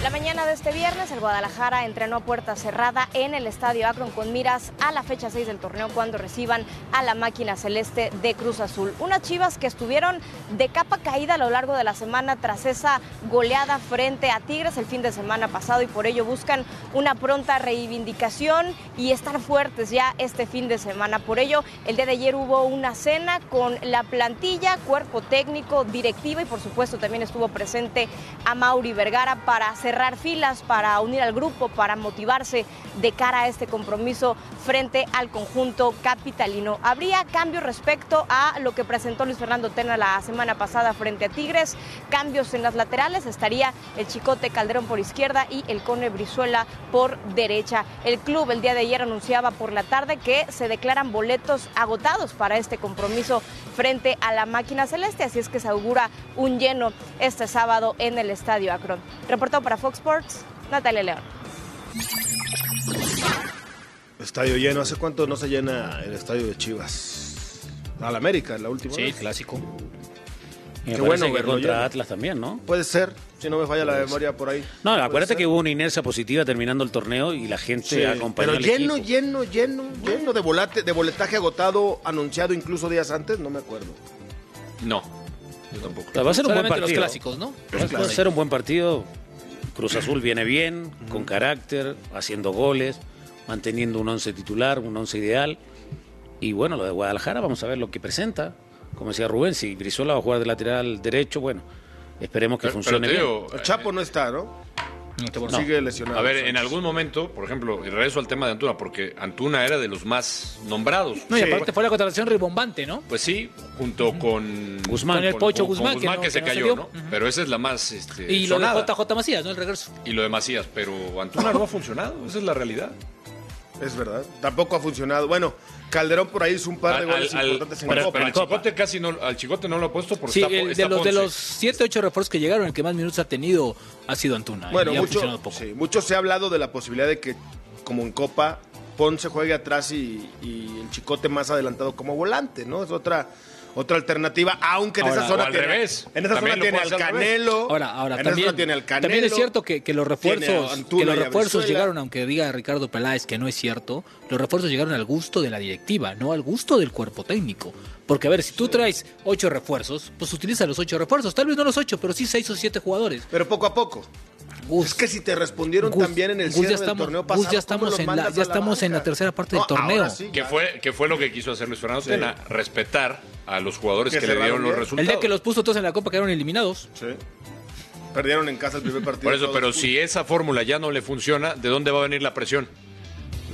Speaker 11: La mañana de este viernes, el Guadalajara entrenó a puerta cerrada en el Estadio Akron con miras a la fecha 6 del torneo cuando reciban a la máquina celeste de Cruz Azul. Unas chivas que estuvieron de capa caída a lo largo de la semana tras esa goleada frente a Tigres el fin de semana pasado y por ello buscan una pronta reivindicación y estar fuertes ya este fin de semana. Por ello, el día de ayer hubo una cena con la plantilla, cuerpo técnico, directiva y por supuesto también estuvo presente a Mauri Vergara para cerrar filas, para unir al grupo, para motivarse de cara a este compromiso frente al conjunto capitalino. Habría cambio respecto a lo que presentó Luis Fernando Tena la semana pasada frente a Tigres, cambios en las laterales, estaría el Chicote Calderón por izquierda y el Cone Brizuela por derecha. El club el día de ayer anunciaba por la tarde que se declaran boletos agotados para este compromiso frente a la máquina celeste, así es que se augura un lleno este sábado en el Estadio Akron. Reportado para Fox Sports, Natalia León.
Speaker 5: Estadio lleno. ¿Hace cuánto no se llena el estadio de Chivas? Al América, la última
Speaker 6: Sí,
Speaker 5: vez.
Speaker 6: clásico.
Speaker 5: Qué
Speaker 6: Me parece
Speaker 5: bueno
Speaker 6: que
Speaker 5: verlo
Speaker 6: contra
Speaker 5: lleno.
Speaker 6: Atlas también, ¿no?
Speaker 5: Puede ser, si no me falla la memoria por ahí.
Speaker 6: No,
Speaker 5: Puede
Speaker 6: acuérdate
Speaker 5: ser.
Speaker 6: que hubo una inercia positiva terminando el torneo y la gente
Speaker 5: Sí,
Speaker 6: acompañó
Speaker 5: pero
Speaker 6: al
Speaker 5: lleno,
Speaker 6: equipo.
Speaker 5: lleno, lleno, lleno de, volate, de boletaje agotado, anunciado incluso días antes, no me acuerdo.
Speaker 7: No, yo tampoco.
Speaker 6: O sea, Va a ser un buen
Speaker 8: Solamente
Speaker 6: partido.
Speaker 8: los clásicos, ¿no?
Speaker 6: Va a ser un buen partido. Cruz Azul viene bien, con carácter, haciendo goles, manteniendo un once titular, un once ideal. Y bueno, lo de Guadalajara, vamos a ver lo que presenta. Como decía Rubén, si Brizuela va a jugar de lateral derecho, bueno, esperemos que
Speaker 7: Pero-
Speaker 6: funcione
Speaker 7: pero te
Speaker 6: bien.
Speaker 7: digo,
Speaker 5: El Chapo no está, ¿no? Sigue lesionado.
Speaker 7: A ver, en
Speaker 5: Sánchez.
Speaker 7: algún momento, por ejemplo, y regreso al tema de Antuna, porque Antuna era de los más nombrados.
Speaker 8: No, y
Speaker 7: Sí.
Speaker 8: aparte fue la contratación ribombante, ¿no?
Speaker 7: Pues sí, junto con
Speaker 6: Guzmán.
Speaker 8: Con el Pocho Guzmán,
Speaker 7: Guzmán
Speaker 8: que
Speaker 7: que,
Speaker 8: no-
Speaker 7: se
Speaker 8: que no se
Speaker 7: cayó,
Speaker 8: dio.
Speaker 7: ¿no?
Speaker 8: Ujú.
Speaker 7: Pero esa es la más este,
Speaker 8: Y lo de
Speaker 7: sonada.
Speaker 8: JJ Macías, ¿no? El regreso.
Speaker 7: y lo de Macías, pero Antuna no ha funcionado, esa es la realidad.
Speaker 5: Es verdad, tampoco ha funcionado. Bueno, Calderón por ahí hizo un par de
Speaker 7: Al-
Speaker 5: goles
Speaker 7: al-
Speaker 5: importantes en
Speaker 7: pero,
Speaker 5: Copa.
Speaker 7: pero al chicote casi no, al chicote no lo ha puesto porque
Speaker 8: Sí,
Speaker 7: está, po-
Speaker 8: el
Speaker 7: está
Speaker 8: Eh, de los, de
Speaker 7: Ponce.
Speaker 8: los 7, 8 refuerzos que llegaron, el que más minutos ha tenido ha sido Antuna.
Speaker 5: Bueno,
Speaker 8: y ha funcionado
Speaker 5: mucho,
Speaker 8: poco.
Speaker 5: sí, mucho se ha hablado de la posibilidad de que, como en Copa, Ponce juegue atrás y, y el Chicote más adelantado como volante, ¿no? Es otra otra alternativa, aunque en
Speaker 8: Ahora,
Speaker 5: esa
Speaker 7: o
Speaker 5: zona
Speaker 7: al
Speaker 5: tiene,
Speaker 7: revés.
Speaker 5: en esa
Speaker 7: También
Speaker 5: zona
Speaker 7: lo
Speaker 5: tiene
Speaker 7: puede
Speaker 5: al
Speaker 7: hacer al revés.
Speaker 5: Canelo,
Speaker 8: Ahora, ahora
Speaker 5: en esa
Speaker 8: también,
Speaker 5: zona tiene al Canelo.
Speaker 8: también es cierto que, que los
Speaker 5: tiene a
Speaker 8: refuerzos,
Speaker 5: Antuna
Speaker 8: que los
Speaker 5: y a
Speaker 8: refuerzos
Speaker 5: Brizuela.
Speaker 8: llegaron, aunque diga Ricardo Peláez que no es cierto, los refuerzos llegaron al gusto de la directiva, no al gusto del cuerpo técnico. Porque a ver, si tú traes ocho refuerzos, pues utiliza los ocho refuerzos, tal vez no los ocho, pero sí seis o siete jugadores.
Speaker 5: Pero poco a poco.
Speaker 8: Gus,
Speaker 5: Es que si te respondieron
Speaker 8: Gus,
Speaker 5: también en el
Speaker 8: Gus,
Speaker 5: cierre
Speaker 8: ya estamos-
Speaker 5: del torneo
Speaker 8: Gus,
Speaker 5: pasado,
Speaker 8: ya
Speaker 5: ¿cómo
Speaker 8: estamos
Speaker 5: los
Speaker 8: en la-
Speaker 5: mandas
Speaker 8: ya
Speaker 5: a
Speaker 8: estamos en la
Speaker 5: banca?
Speaker 8: tercera parte del
Speaker 5: ahora
Speaker 8: torneo.
Speaker 5: sí,
Speaker 7: que
Speaker 5: ya.
Speaker 7: fue que fue lo que quiso hacer Luis Fernando
Speaker 5: Sí.
Speaker 7: Tena, respetar a los jugadores
Speaker 5: Que
Speaker 7: que, le
Speaker 5: cerraron
Speaker 7: dieron los
Speaker 5: bien.
Speaker 8: el
Speaker 7: resultados.
Speaker 8: día que los puso todos en la copa quedaron eliminados.
Speaker 5: Sí. Perdieron en casa el primer partido.
Speaker 7: Por eso,
Speaker 5: todos
Speaker 7: pero si esa fórmula ya no le funciona, ¿de dónde va a venir la presión?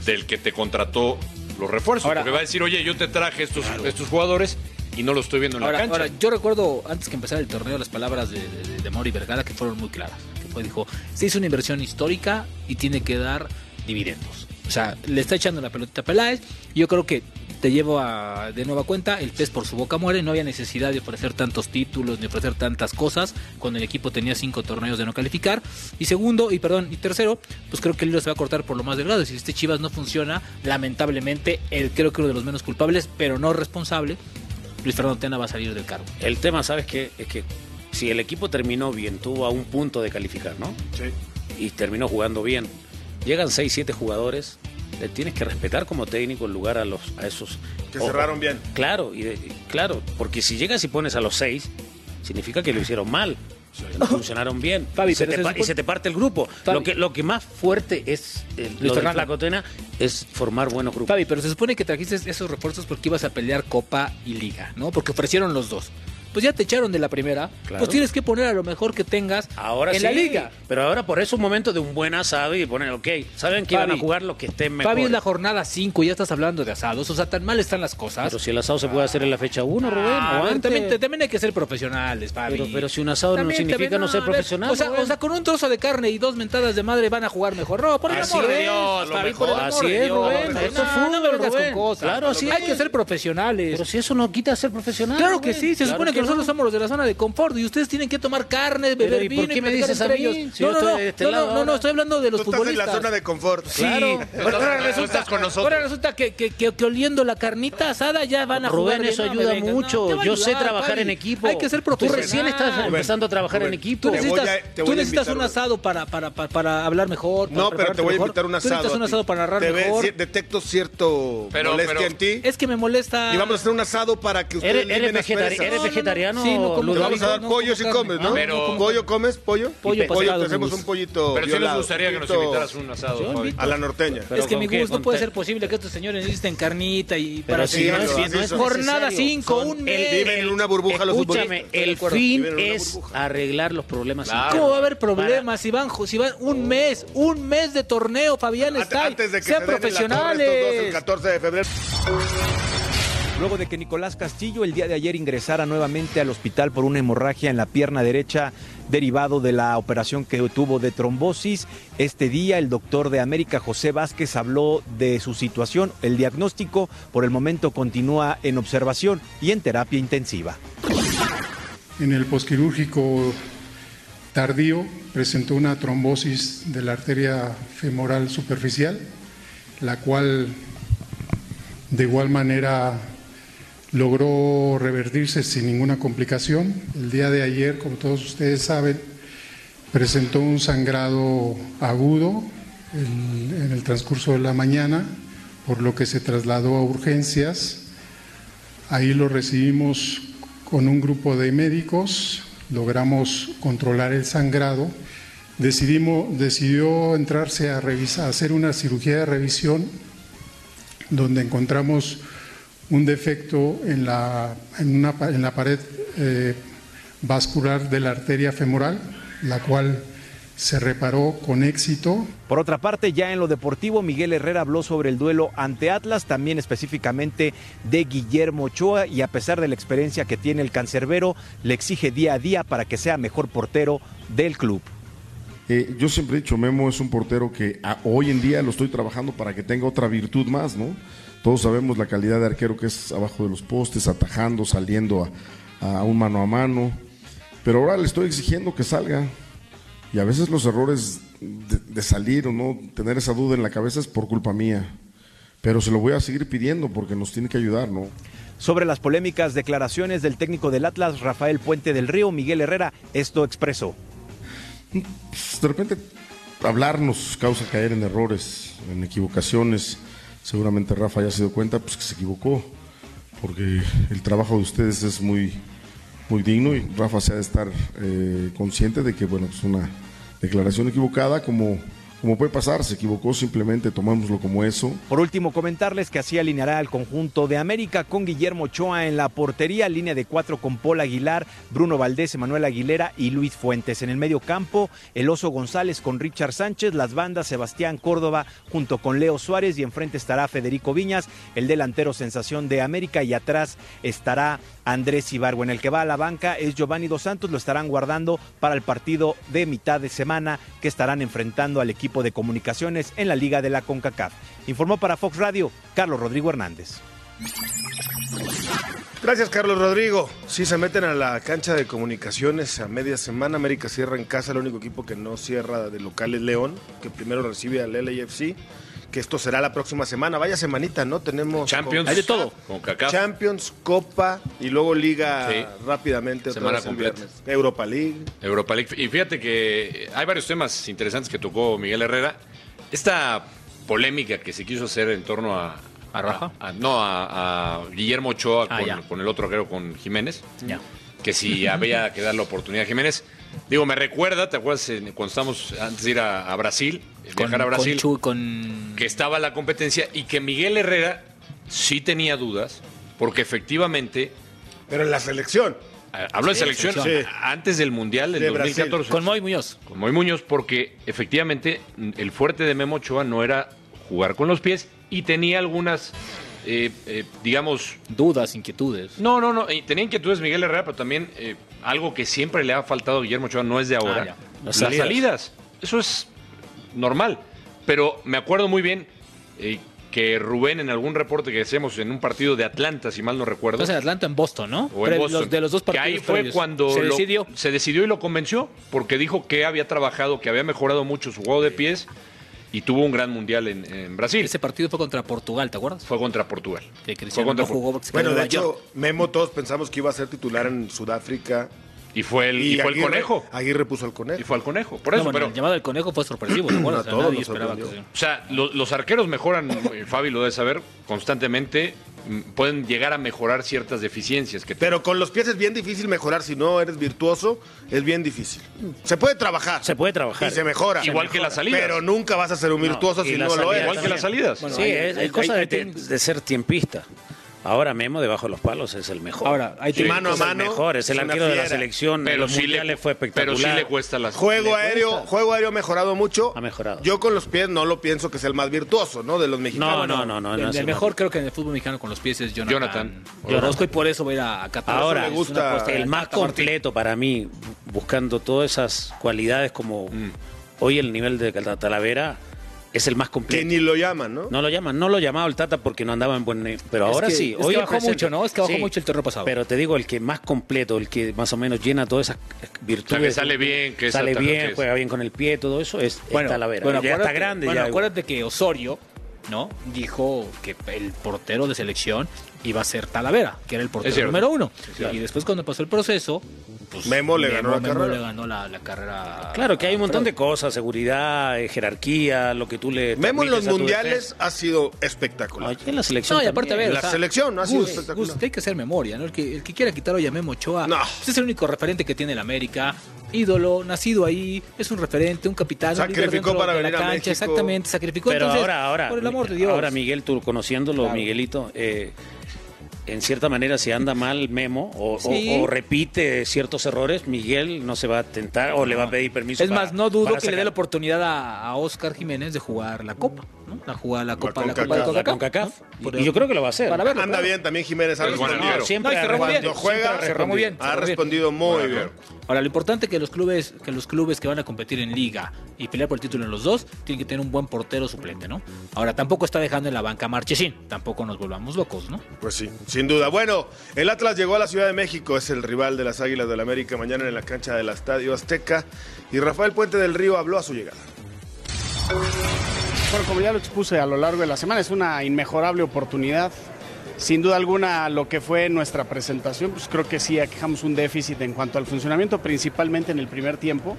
Speaker 7: Del que te contrató los refuerzos.
Speaker 8: Ahora-
Speaker 7: porque va a decir, oye, yo te traje estos, estos jugadores y no los estoy viendo en la
Speaker 8: Ahora,
Speaker 7: cancha.
Speaker 8: ahora, yo recuerdo antes que empezara el torneo las palabras de, de, de Mauri Vergara que fueron muy claras. Que fue, dijo, se hizo una inversión histórica y tiene que dar dividendos. O sea, le está echando la pelotita a Peláez. Yo creo que te llevo a- de nueva cuenta, el pez por su boca muere. No había necesidad de ofrecer tantos títulos ni ofrecer tantas cosas cuando el equipo tenía cinco torneos de no calificar. Y segundo, y perdón, y tercero, pues creo que el hilo se va a cortar por lo más delgado. Y Si este Chivas no funciona, lamentablemente, él creo que uno de los menos culpables, pero no responsable, Luis Fernando Tena va a salir del cargo.
Speaker 6: El tema, ¿sabes qué? Es que si el equipo terminó bien, tuvo a un punto de calificar, ¿no?
Speaker 5: Sí.
Speaker 6: y terminó jugando bien. Llegan 6, 7 jugadores, le tienes que respetar como técnico el lugar a los a esos
Speaker 5: Que
Speaker 6: ojo.
Speaker 5: cerraron bien.
Speaker 6: Claro, y de- claro, porque si llegas y pones a los 6, significa que lo hicieron mal. que No funcionaron bien.
Speaker 8: Fabi,
Speaker 6: y, se
Speaker 8: pero
Speaker 6: te
Speaker 8: ese
Speaker 6: pa-
Speaker 8: es un
Speaker 6: y se te parte el grupo.
Speaker 8: Fabi.
Speaker 6: Lo que, lo que más fuerte es eh, lo de
Speaker 8: Fernando.
Speaker 6: Flaco Tena es formar buenos grupos.
Speaker 8: Fabi, pero se supone que trajiste esos refuerzos porque ibas a pelear Copa y Liga, ¿no? Porque ofrecieron los dos. pues ya te echaron de la primera,
Speaker 6: Claro.
Speaker 8: pues tienes que poner a lo mejor que tengas
Speaker 6: Ahora
Speaker 8: en
Speaker 6: sí,
Speaker 8: la liga.
Speaker 6: Pero ahora por eso un momento de un buen asado y poner, ok, saben que
Speaker 8: Fabi,
Speaker 6: iban a jugar los que estén mejor.
Speaker 8: Fabi es la jornada 5 ya estás hablando de asados, o sea, tan mal están las cosas.
Speaker 6: Pero si el asado se puede hacer en la fecha 1, Rubén,
Speaker 8: Ah,
Speaker 6: o
Speaker 8: a ver,
Speaker 6: antes.
Speaker 8: también, también hay que ser profesionales, Fabi.
Speaker 6: Pero- pero si un asado no significa no ser
Speaker 8: a ver,
Speaker 6: profesional,
Speaker 8: O sea,
Speaker 6: Rubén.
Speaker 8: o sea, con un trozo de carne y dos mentadas de madre van a jugar mejor. No, por el
Speaker 6: Así
Speaker 8: amor de
Speaker 6: es,
Speaker 8: Dios,
Speaker 6: lo
Speaker 8: Fabi, por
Speaker 6: mejor.
Speaker 8: el amor
Speaker 6: Así
Speaker 8: de
Speaker 6: es,
Speaker 8: Dios.
Speaker 6: Rubén, esto es
Speaker 8: No, no me
Speaker 6: fútbol,
Speaker 8: vengas con
Speaker 6: Rubén.
Speaker 8: cosas.
Speaker 6: Claro, así
Speaker 8: Hay
Speaker 6: es.
Speaker 8: que ser profesionales.
Speaker 6: Pero si eso no quita ser profesional.
Speaker 8: Claro que
Speaker 6: Rubén.
Speaker 8: sí, se
Speaker 6: Claro
Speaker 8: supone que,
Speaker 6: no.
Speaker 8: nosotros somos los de la zona de confort y ustedes tienen que tomar carne, beber
Speaker 6: Pero, ¿y
Speaker 8: vino
Speaker 6: por qué me
Speaker 8: platicar
Speaker 6: dices a
Speaker 8: entre
Speaker 6: mí?
Speaker 8: ellos.
Speaker 6: Si
Speaker 8: no,
Speaker 6: yo
Speaker 8: no,
Speaker 6: estoy
Speaker 8: no,
Speaker 6: de este
Speaker 8: no,
Speaker 6: lado
Speaker 8: no, no,
Speaker 6: ahora.
Speaker 8: estoy hablando de los
Speaker 5: Tú estás en
Speaker 8: futbolistas.
Speaker 5: la zona de confort.
Speaker 8: Sí,
Speaker 6: Claro.
Speaker 8: pero
Speaker 6: Tú
Speaker 8: Pues ahora
Speaker 6: estás
Speaker 8: resulta,
Speaker 6: con nosotros.
Speaker 8: ahora resulta que, que- que- que oliendo la carnita asada ya van a
Speaker 6: Rubén,
Speaker 8: jugar. bien.
Speaker 6: eso
Speaker 8: No me
Speaker 6: ayuda
Speaker 8: vengas, no,
Speaker 6: mucho.
Speaker 8: te va a
Speaker 6: Yo sé
Speaker 8: ayudar,
Speaker 6: trabajar
Speaker 8: Fabi.
Speaker 6: en equipo.
Speaker 8: Hay que ser
Speaker 6: Tú
Speaker 8: profesional.
Speaker 6: recién estás empezando a trabajar en equipo.
Speaker 8: Tú
Speaker 5: Te voy
Speaker 8: necesitas,
Speaker 5: a-
Speaker 8: tú
Speaker 5: te voy a
Speaker 8: necesitas
Speaker 5: invitar,
Speaker 8: un asado para, para, para, para hablar mejor. para
Speaker 5: No, pero te
Speaker 8: prepararte
Speaker 5: voy a
Speaker 8: mejor.
Speaker 5: invitar un
Speaker 8: Tú
Speaker 5: asado.
Speaker 8: necesitas un
Speaker 5: a ti.
Speaker 8: asado para narrar
Speaker 5: Te ve-
Speaker 8: mejor.
Speaker 5: sí, detecto cierto
Speaker 7: Pero-
Speaker 5: molestia
Speaker 7: pero-
Speaker 5: en ti.
Speaker 8: Es que me molesta.
Speaker 5: Y vamos a hacer un asado para que ustedes
Speaker 6: ¿Eres, eres
Speaker 5: limen
Speaker 6: vegetari-
Speaker 5: asperezas.
Speaker 6: eres
Speaker 8: No, no, no.
Speaker 6: vegetariano?
Speaker 8: Sí, no como-
Speaker 5: Te
Speaker 8: Te
Speaker 6: Ludovico?
Speaker 5: vamos a dar
Speaker 8: no
Speaker 5: pollo
Speaker 8: como
Speaker 5: si
Speaker 8: carne.
Speaker 5: comes, ¿no?
Speaker 8: Ah,
Speaker 7: pero-
Speaker 5: ¿Con ¿Pollo comes? ¿Pollo?
Speaker 8: Pollo
Speaker 5: pollo
Speaker 8: pasado,
Speaker 5: te hacemos
Speaker 8: Gus.
Speaker 5: un pollito
Speaker 7: Pero sí nos
Speaker 5: violado,
Speaker 7: gustaría que nos
Speaker 5: pollito
Speaker 7: invitaras un asado,
Speaker 8: Yo
Speaker 7: Fabi.
Speaker 8: invito.
Speaker 5: A la norteña.
Speaker 6: Pero
Speaker 8: es que
Speaker 6: ¿con
Speaker 8: mi
Speaker 6: qué?
Speaker 8: gusto
Speaker 6: Con
Speaker 8: puede
Speaker 6: te-
Speaker 8: ser posible que estos señores insisten carnita y
Speaker 6: Pero
Speaker 8: para
Speaker 6: sí,
Speaker 8: seguir
Speaker 6: no es-
Speaker 5: sí, no es
Speaker 8: jornada
Speaker 6: necesario.
Speaker 8: 5, un
Speaker 6: El-
Speaker 8: mes.
Speaker 5: Viven en una burbuja los
Speaker 6: Escúchame,
Speaker 5: futbolistas.
Speaker 6: el
Speaker 5: Estoy de acuerdo.
Speaker 6: fin
Speaker 5: Viven en una
Speaker 6: es
Speaker 5: burbuja.
Speaker 6: arreglar los problemas.
Speaker 7: Claro.
Speaker 6: internos.
Speaker 8: ¿Cómo va a haber problemas si van, jo- si van un mes, un mes de torneo, Fabián
Speaker 5: Antes-
Speaker 8: está?
Speaker 5: Oh. Antes de que se
Speaker 8: Sean
Speaker 5: den en la torre estos dos, el
Speaker 8: profesionales.
Speaker 5: 14 de febrero.
Speaker 12: Luego de que Nicolás Castillo el día de ayer ingresara nuevamente al hospital por una hemorragia en la pierna derecha derivado de la operación que tuvo de trombosis, este día el doctor de América José Vázquez habló de su situación, el diagnóstico por el momento continúa en observación y en terapia intensiva.
Speaker 2: En el posquirúrgico tardío presentó una trombosis de la arteria femoral superficial, la cual de igual manera logró revertirse sin ninguna complicación. El día de ayer, como todos ustedes saben, presentó un sangrado agudo en- en el transcurso de la mañana, por lo que se trasladó a urgencias. Ahí lo recibimos con un grupo de médicos, logramos controlar el sangrado. Decidimos, decidió entrarse a, revisar, a hacer una cirugía de revisión donde encontramos un defecto en la, en una pa- en la pared eh, vascular de la arteria femoral, la cual se reparó con éxito.
Speaker 12: Por otra parte, ya en lo deportivo, Miguel Herrera habló sobre el duelo ante Atlas, también específicamente de Guillermo Ochoa, y a pesar de la experiencia que tiene el cancerbero, le exige día a día para que sea mejor portero del club.
Speaker 2: Eh, yo siempre he dicho, Memo es un portero que a- hoy en día lo estoy trabajando para que tenga otra virtud más, ¿no? Todos sabemos la calidad de arquero que es abajo de los postes, atajando, saliendo a, a un mano a mano. Pero ahora le estoy exigiendo que salga. Y a veces los errores de, de salir o no tener esa duda en la cabeza es por culpa mía. Pero se lo voy a seguir pidiendo porque nos tiene que ayudar, ¿no?
Speaker 12: Sobre las polémicas declaraciones del técnico del Atlas, Rafael Puente del Río, Miguel Herrera, esto expresó.
Speaker 2: pues, de repente hablar nos causa caer en errores, en equivocaciones. Seguramente Rafa ya se dio cuenta pues, que se equivocó, porque el trabajo de ustedes es muy, muy digno y Rafa se ha de estar eh, consciente de que bueno, es una declaración equivocada, como, como puede pasar, se equivocó simplemente, tomémoslo como eso.
Speaker 12: Por último, comentarles que así alineará al conjunto de América con Guillermo Ochoa en la portería, línea de cuatro con Paul Aguilar, Bruno Valdés, Emanuel Aguilera y Luis Fuentes. En el medio campo, el Oso González con Richard Sánchez, las bandas Sebastián Córdoba junto con Leo Suárez y enfrente estará Federico Viñas, el delantero sensación de América y atrás estará Andrés Ibargüen. El que va a la banca es Giovanni Dos Santos, lo estarán guardando para el partido de mitad de semana que estarán enfrentando al equipo de comunicaciones en la Liga de la CONCACAF. Informó para Fox Radio Carlos Rodrigo Hernández.
Speaker 5: Gracias, Carlos Rodrigo. Sí, se meten a la cancha de comunicaciones a media semana. América cierra en casa. El único equipo que no cierra de local es León, que primero recibe al LAFC. Que esto será la próxima semana. Vaya semanita, ¿no? Tenemos
Speaker 7: Champions.
Speaker 5: con-
Speaker 7: Hay de todo. Con CACAF.
Speaker 5: Champions, Copa y luego Liga
Speaker 7: Sí.
Speaker 5: rápidamente. otra
Speaker 7: Semana
Speaker 5: vez el
Speaker 7: completa.
Speaker 5: viernes. Europa League.
Speaker 7: Europa League. Y fíjate que hay varios temas interesantes que tocó Miguel Herrera. Esta polémica que se quiso hacer en torno a.
Speaker 8: ¿A Rafa?
Speaker 7: a- no, a, a Guillermo Ochoa
Speaker 6: Ah,
Speaker 7: con,
Speaker 6: ya.
Speaker 7: con el otro creo, con Jiménez.
Speaker 6: Ya.
Speaker 7: Que si había que dar la oportunidad a Jiménez. Digo, me recuerda, ¿te acuerdas en- cuando estábamos antes de ir a, a Brasil?
Speaker 8: Con,
Speaker 7: viajar a Brasil.
Speaker 8: con Chu- con-
Speaker 7: que estaba la competencia y que Miguel Herrera sí tenía dudas, porque efectivamente
Speaker 5: Pero en la selección.
Speaker 7: Ah, Hablo de
Speaker 8: Sí,
Speaker 7: selección
Speaker 8: selección.
Speaker 7: a- antes del Mundial del
Speaker 8: De Brasil.
Speaker 7: 2014.
Speaker 8: Con Moy Muñoz.
Speaker 7: Con Moy Muñoz, porque efectivamente mm, el fuerte de Memo Ochoa no era jugar con los pies y tenía algunas, eh, eh, digamos...
Speaker 8: Dudas, inquietudes.
Speaker 7: No, no, no. eh, tenía inquietudes Miguel Herrera, pero también eh, algo que siempre le ha faltado a Guillermo Ochoa, no es de
Speaker 8: Ah, ya.
Speaker 7: ahora.
Speaker 8: Las
Speaker 7: Las,
Speaker 8: salidas.
Speaker 7: salidas. Eso es normal. Pero me acuerdo muy bien eh, que Rubén en algún reporte que hacíamos en un partido de Atlanta, si mal no recuerdo...
Speaker 8: Entonces Atlanta Pues en Boston, ¿no?
Speaker 7: O en
Speaker 8: Pre-
Speaker 7: Boston.
Speaker 8: los- de los dos partidos.
Speaker 7: Que ahí fue
Speaker 8: previos.
Speaker 7: cuando
Speaker 8: se
Speaker 7: lo-
Speaker 8: decidió.
Speaker 7: se decidió y lo convenció, porque dijo que había trabajado, que había mejorado mucho su juego de pies y tuvo un gran mundial en, en Brasil.
Speaker 8: Ese partido fue contra Portugal, ¿te acuerdas?
Speaker 7: Fue contra Portugal.
Speaker 8: Que
Speaker 7: Fue
Speaker 8: Cristiano
Speaker 7: contra
Speaker 8: no jugó
Speaker 7: Portugal.
Speaker 8: porque se quedó
Speaker 5: Bueno,
Speaker 8: en
Speaker 5: de
Speaker 8: Nueva York.
Speaker 5: hecho, Memo todos pensamos que iba a ser titular en Sudáfrica.
Speaker 7: Y fue el, y fue el
Speaker 5: Aguirre-
Speaker 7: conejo.
Speaker 5: Aguirre puso al conejo.
Speaker 7: Y fue el conejo. Por
Speaker 8: No,
Speaker 7: eso,
Speaker 8: bueno,
Speaker 7: pero.
Speaker 8: el llamado del conejo fue sorpresivo, ¿te acuerdas?
Speaker 5: A
Speaker 8: O sea,
Speaker 5: todos
Speaker 8: nadie
Speaker 5: nos
Speaker 8: esperaba que...
Speaker 5: sorprendió.
Speaker 7: O sea, lo- los arqueros mejoran, eh, Fabi lo debe saber, constantemente. mm, Pueden llegar a mejorar ciertas deficiencias que
Speaker 5: Pero con los pies es bien difícil mejorar. Si no eres virtuoso, es bien difícil. Se puede trabajar.
Speaker 6: Se puede trabajar.
Speaker 5: Y se mejora.
Speaker 7: Igual que las salidas.
Speaker 5: Pero nunca vas a ser un virtuoso
Speaker 6: y
Speaker 5: si
Speaker 6: las
Speaker 5: no lo
Speaker 6: salidas
Speaker 5: eres.
Speaker 7: Igual que las salidas.
Speaker 8: Bueno,
Speaker 6: sí,
Speaker 8: hay-
Speaker 6: es,
Speaker 8: hay-
Speaker 6: es cosa
Speaker 8: hay-
Speaker 6: de,
Speaker 8: hay-
Speaker 6: de ser tiempista. Ahora Memo debajo de los palos es el mejor.
Speaker 8: Ahora, ahí
Speaker 5: Sí,
Speaker 8: te-
Speaker 5: mano a
Speaker 6: es el
Speaker 5: mano,
Speaker 6: mejor, es el
Speaker 5: es una
Speaker 6: arquero de la
Speaker 5: fiera.
Speaker 6: selección, en
Speaker 7: pero
Speaker 6: los
Speaker 7: sí, le,
Speaker 6: mundiales fue espectacular.
Speaker 7: pero sí le cuesta las
Speaker 5: Juego
Speaker 6: Le
Speaker 5: aéreo,
Speaker 6: cuesta.
Speaker 5: juego aéreo ha mejorado mucho.
Speaker 6: Ha mejorado.
Speaker 5: Yo con los pies no lo pienso que sea el más virtuoso, ¿no? De los
Speaker 6: No,
Speaker 5: mexicanos.
Speaker 6: no, no, no. no
Speaker 8: el,
Speaker 6: es
Speaker 8: el
Speaker 6: el
Speaker 8: mejor creo que en el fútbol mexicano con los pies es Jonathan.
Speaker 7: Jonathan.
Speaker 8: Orozco y por eso va a ir a, a Qatar.
Speaker 6: Ahora,
Speaker 5: me gusta.
Speaker 8: Es una apuesta de
Speaker 6: el
Speaker 8: la
Speaker 6: más
Speaker 8: Tata Martino.
Speaker 6: completo para mí, bu- buscando todas esas cualidades como
Speaker 8: Mm.
Speaker 6: hoy el nivel de Cal- Talavera es el más
Speaker 5: Que
Speaker 6: completo.
Speaker 5: ni lo llaman, ¿no?
Speaker 6: No lo llaman, no lo llamaba el Tata porque no andaba en buen nivel, pero
Speaker 8: Es
Speaker 6: ahora
Speaker 8: que-
Speaker 6: sí.
Speaker 8: es que
Speaker 6: hoy
Speaker 8: bajó
Speaker 6: presente.
Speaker 8: mucho, ¿no? Es que bajó mucho el torneo pasado.
Speaker 6: Pero te digo, el que más completo, el que más o menos llena todas esas virtudes.
Speaker 7: que sale bien, que es
Speaker 6: sale
Speaker 7: atacante,
Speaker 6: bien,
Speaker 7: es-
Speaker 6: juega bien con el pie, todo eso, es, es Talavera. ya está
Speaker 8: acuérdate-
Speaker 6: grande.
Speaker 8: bueno,
Speaker 6: ya.
Speaker 8: acuérdate que Osorio, ¿no? Dijo que el portero de selección iba a ser Talavera, que era el portero
Speaker 7: cierto.
Speaker 8: número uno. Y después cuando pasó el proceso, pues,
Speaker 5: Memo le ganó la carrera.
Speaker 8: le ganó la, la carrera.
Speaker 6: Claro que hay un montón de cosas, seguridad, eh, jerarquía, lo que tú le...
Speaker 5: Memo en los
Speaker 6: transmites a tu
Speaker 5: mundiales
Speaker 6: defensa.
Speaker 5: ha sido espectacular.
Speaker 6: Aquí en la selección
Speaker 8: No, y aparte, a
Speaker 6: también.
Speaker 8: ver,
Speaker 5: La selección, ¿no? Ha sido
Speaker 8: Gus,
Speaker 5: espectacular.
Speaker 8: Gus, hay que hacer memoria, ¿no? El que, el que quiera quitar hoy a Memo Ochoa
Speaker 5: No.
Speaker 8: pues es el único referente que tiene el América. Ídolo, nacido ahí, es un referente, un capitán. un líder
Speaker 5: Sacrificó
Speaker 8: dentro
Speaker 5: para
Speaker 8: de la
Speaker 5: venir a
Speaker 8: cancha,
Speaker 5: México.
Speaker 8: Exactamente, sacrificó.
Speaker 6: Pero
Speaker 8: Entonces,
Speaker 6: ahora, ahora,
Speaker 8: Por el amor de Dios.
Speaker 6: ahora Miguel, tú conociéndolo, Miguelito, eh, en cierta manera si anda mal Memo o, o-
Speaker 8: Sí.
Speaker 6: o repite ciertos errores, Miguel no se va a tentar o le va a pedir permiso.
Speaker 8: Es más,
Speaker 6: para-
Speaker 8: no dudo
Speaker 6: para
Speaker 8: que le dé
Speaker 6: sacar-
Speaker 8: la oportunidad a, a Oscar Jiménez de jugar la Copa, ¿no? La jugada, la Copa, la, Copa de
Speaker 5: CONCACAF.
Speaker 6: la
Speaker 8: CONCACAF.
Speaker 6: CONCACAF.
Speaker 8: ¿no? Por
Speaker 6: Y yo
Speaker 8: el-
Speaker 6: creo que lo va a hacer.
Speaker 8: Para verlo.
Speaker 5: Anda bien también Jiménez. Ha
Speaker 7: Es buen
Speaker 5: respondido.
Speaker 7: arquero.
Speaker 6: Siempre
Speaker 8: No, y cerró muy bien.
Speaker 5: Cuando juega,
Speaker 8: Siempre cerró muy bien.
Speaker 5: ha
Speaker 8: cerró bien.
Speaker 5: respondido muy
Speaker 7: Buen
Speaker 5: bien.
Speaker 7: arquero.
Speaker 8: Ahora, lo importante es que los clubes, que los clubes que van a competir en liga y pelear por el título en los dos, tienen que tener un buen portero suplente, ¿no? Ahora, tampoco está dejando en la banca a Marchesín, tampoco nos volvamos locos, ¿no?
Speaker 5: Pues sí, sin duda. Bueno, el Atlas llegó a la Ciudad de México, es el rival de las Águilas del América mañana en la cancha del Estadio Azteca. Y Rafael Puente del Río habló a su llegada.
Speaker 13: Bueno, como ya lo expuse a lo largo de la semana, es una inmejorable oportunidad. Sin duda alguna, lo que fue nuestra presentación, pues creo que sí aquejamos un déficit en cuanto al funcionamiento, principalmente en el primer tiempo.